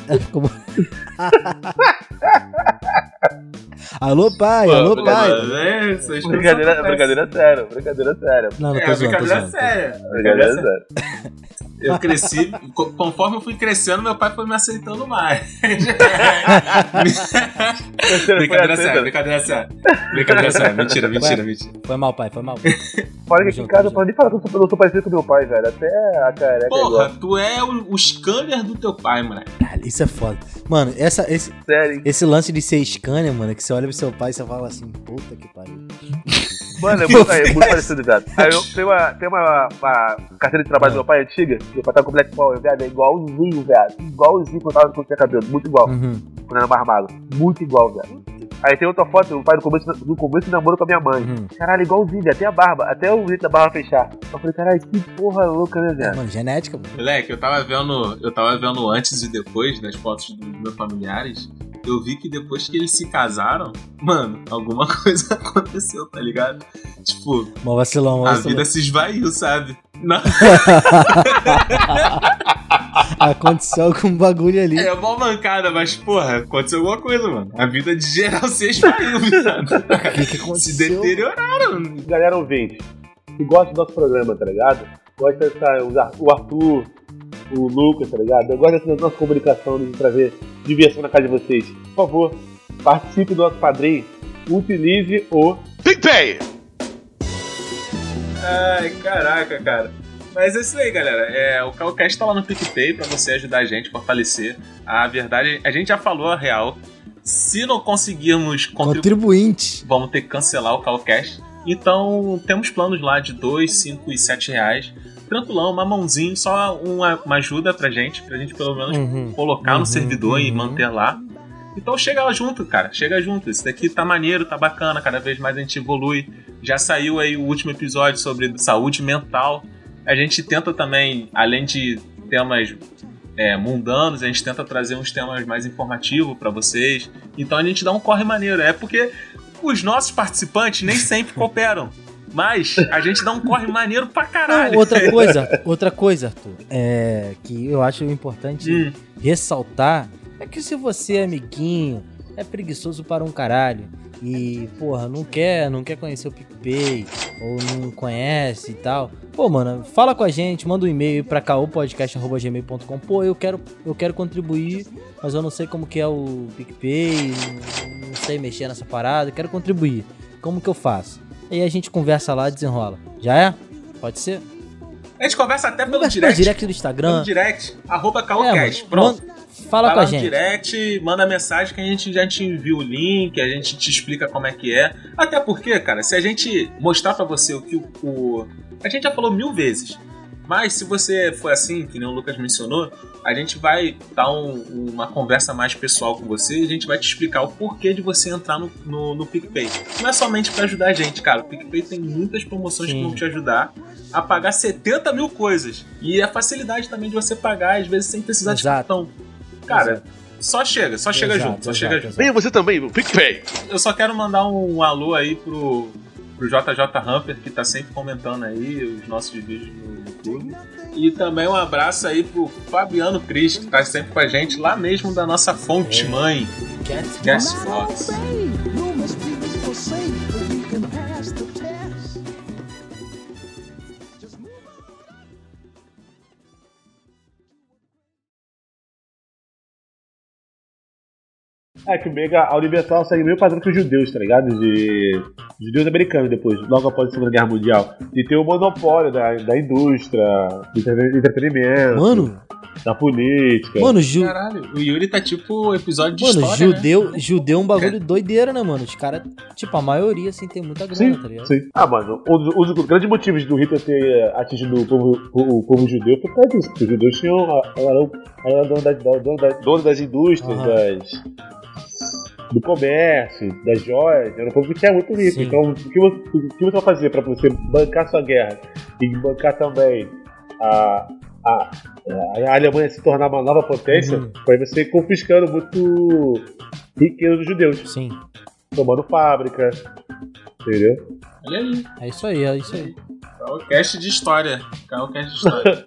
[SPEAKER 3] Ela ficou... alô, pai, alô,
[SPEAKER 4] Pô,
[SPEAKER 3] pai.
[SPEAKER 4] mano, Tá é, essas coisas
[SPEAKER 5] Brincadeira,
[SPEAKER 4] acontecem.
[SPEAKER 5] brincadeira séria, brincadeira séria.
[SPEAKER 3] Não, não tô
[SPEAKER 4] É,
[SPEAKER 3] zoando, tô
[SPEAKER 4] brincadeira
[SPEAKER 3] zoando.
[SPEAKER 4] séria.
[SPEAKER 5] Brincadeira séria.
[SPEAKER 4] Eu cresci, co- conforme eu fui crescendo, meu pai foi me aceitando mais. brincadeira
[SPEAKER 5] assim,
[SPEAKER 4] séria, brincadeira séria. Brincadeira séria, mentira, mentira, mentira.
[SPEAKER 3] Foi mal, pai, foi mal.
[SPEAKER 5] Fora que aqui em casa eu falo nem falar que eu sou- eu sou parecido com meu pai, velho. Até a careca é igual.
[SPEAKER 4] Porra, tu é o, o scanner do teu pai, moleque.
[SPEAKER 3] Caralho, isso é foda. Mano, essa, esse,
[SPEAKER 5] Sério, hein?
[SPEAKER 3] esse lance de ser Scania, mano, que você olha pro seu pai e você fala assim, puta que pariu.
[SPEAKER 5] Mano, é muito, é muito parecido, viado. Aí eu tem uma, tem uma, uma carteira de trabalho do meu pai antiga, meu pai tá com Black Power, viado, é igualzinho, viado. Igualzinho quando tava quando tinha cabelo, muito igual,
[SPEAKER 3] Uhum,
[SPEAKER 5] quando era mais magro. Muito igual, viado. Aí tem outra foto, o pai no começo, no começo de namoro com a minha mãe.
[SPEAKER 3] uhum.
[SPEAKER 5] Caralho, igualzinho, viado. Até a barba, até o jeito da barba fechar. Eu falei, caralho, que porra louca, né, viado?
[SPEAKER 3] Mano, genética, mano.
[SPEAKER 4] Moleque, eu tava vendo, eu tava vendo antes e depois nas fotos dos meus familiares. Eu vi que depois que eles se casaram, mano, alguma coisa aconteceu, tá ligado? Tipo,
[SPEAKER 3] Mó vacilão, mó
[SPEAKER 4] a
[SPEAKER 3] vacilão.
[SPEAKER 4] vida se esvaiu, sabe? Não,
[SPEAKER 3] Aconteceu algum bagulho ali.
[SPEAKER 4] é mó mancada, mas porra, aconteceu alguma coisa, mano. A vida de geral se esvaiu, viado.
[SPEAKER 3] O que, que
[SPEAKER 4] Se
[SPEAKER 3] aconteceu?
[SPEAKER 4] deterioraram.
[SPEAKER 5] galera ouvinte que gosta do nosso programa, tá ligado? Gosta dessa, os Ar- o Arthur, o Lucas, tá ligado? Eu gosto dessa nossa comunicação, de trazer diversão na casa de vocês. Por favor, participe do nosso padrinho, utilize o.
[SPEAKER 6] PicPay!
[SPEAKER 4] Ai, caraca, cara. Mas é isso aí, galera. É, o Calcast tá lá no PicPay pra você ajudar a gente, fortalecer. A verdade, a gente já falou a real. Se não conseguirmos contribuir,
[SPEAKER 3] Contribuinte.
[SPEAKER 4] vamos ter que cancelar o Calcast. Então, temos planos lá de 2, 5 e 7 reais. Tranquilão, mamãozinho, só uma, uma ajuda pra gente, pra gente pelo menos
[SPEAKER 3] Uhum.
[SPEAKER 4] colocar
[SPEAKER 3] Uhum,
[SPEAKER 4] no servidor e
[SPEAKER 3] uhum.
[SPEAKER 4] manter lá. Então chega lá junto, cara. Chega junto. Isso daqui tá maneiro, tá bacana. Cada vez mais a gente evolui. Já saiu aí o último episódio sobre saúde mental. A gente tenta também, além de temas é, mundanos, a gente tenta trazer uns temas mais informativos pra vocês. Então a gente dá um corre maneiro. É porque os nossos participantes nem sempre cooperam. Mas a gente dá um corre maneiro pra
[SPEAKER 3] Não,
[SPEAKER 4] caralho.
[SPEAKER 3] outra coisa, outra coisa, Arthur, é, que eu acho importante
[SPEAKER 4] Hum.
[SPEAKER 3] ressaltar é que se você é amiguinho, é preguiçoso para um caralho e, porra, não quer, não quer conhecer o PicPay ou não conhece e tal. Pô, mano, fala com a gente, manda um e-mail pra caopodcast.gmail.com. Pô, eu quero, eu quero contribuir, mas eu não sei como que é o PicPay, não- não sei mexer nessa parada, eu quero contribuir. Como que eu faço? E aí a gente conversa lá, desenrola. Já é? Pode ser?
[SPEAKER 4] A gente conversa até pelo
[SPEAKER 3] Conversa
[SPEAKER 4] direct.
[SPEAKER 3] no direct do
[SPEAKER 4] Pelo
[SPEAKER 3] Instagram.
[SPEAKER 4] um direct, arroba
[SPEAKER 3] É,
[SPEAKER 4] Caocast.
[SPEAKER 3] mano,
[SPEAKER 4] Pronto.
[SPEAKER 3] manda- fala
[SPEAKER 4] Vai
[SPEAKER 3] com a
[SPEAKER 4] lá no
[SPEAKER 3] gente.
[SPEAKER 4] direct, manda mensagem que a gente já te envia o link, a gente te explica como é que é. Até porque, cara, se a gente mostrar pra você o que o. o- A gente já falou mil vezes. Mas se você for assim, que nem o Lucas mencionou, a gente vai dar um- uma conversa mais pessoal com você e a gente vai te explicar o porquê de você entrar no, no, no PicPay. Não é somente pra ajudar a gente, cara. O PicPay tem muitas promoções que
[SPEAKER 8] Sim.
[SPEAKER 4] vão te ajudar a pagar 70 mil coisas. E a facilidade também de você pagar, às vezes, sem precisar de
[SPEAKER 8] Exato.
[SPEAKER 4] cartão. Cara,
[SPEAKER 8] Exato.
[SPEAKER 4] só chega, só chega
[SPEAKER 8] Exato,
[SPEAKER 4] junto, só
[SPEAKER 8] exato,
[SPEAKER 4] chega junto.
[SPEAKER 8] exato.
[SPEAKER 7] Venha você também, o PicPay.
[SPEAKER 4] Eu só quero mandar um alô aí pro, pro JJ Hamper, que tá sempre comentando aí os nossos vídeos no YouTube. E também um abraço aí pro Fabiano Cris, que tá sempre com a gente, lá mesmo da nossa
[SPEAKER 8] É.
[SPEAKER 4] fonte mãe, Gas Fox.
[SPEAKER 5] É que o Mega, a Universal segue o mesmo padrão que os judeus, tá ligado? De de judeus americanos depois, logo após a Segunda Guerra Mundial. De ter o monopólio da, da indústria, do entre- entretenimento,
[SPEAKER 8] Mano,
[SPEAKER 5] da política.
[SPEAKER 8] mano, ju,
[SPEAKER 4] Caralho, o Yuri tá tipo um episódio de
[SPEAKER 8] mano
[SPEAKER 4] história, né?
[SPEAKER 8] judeu, judeu é um bagulho doideira, né, mano? Os caras, tipo, a maioria, assim, tem muita grana, tá ligado?
[SPEAKER 5] Sim. Ah, mano, um dos, um dos grandes motivos do Hitler ter eh, atingido o povo, o, o povo judeu foi por causa disso. porque Os judeus tinham a, a, a, a dona, das, da- dono das- dono das indústrias,
[SPEAKER 8] Aham.
[SPEAKER 5] das, do comércio, das joias. Era um povo que tinha muito rico.
[SPEAKER 8] Sim.
[SPEAKER 5] Então, o que, você, o que você vai fazer pra você bancar sua guerra e bancar também a. A, a Alemanha se tornar uma nova potência
[SPEAKER 8] Uhum.
[SPEAKER 5] foi você confiscando muito riqueza dos judeus,
[SPEAKER 8] Sim,
[SPEAKER 5] tomando fábrica, entendeu?
[SPEAKER 4] Olha aí,
[SPEAKER 8] é isso aí, é isso aí.
[SPEAKER 4] é o cast de história. É o cast de história.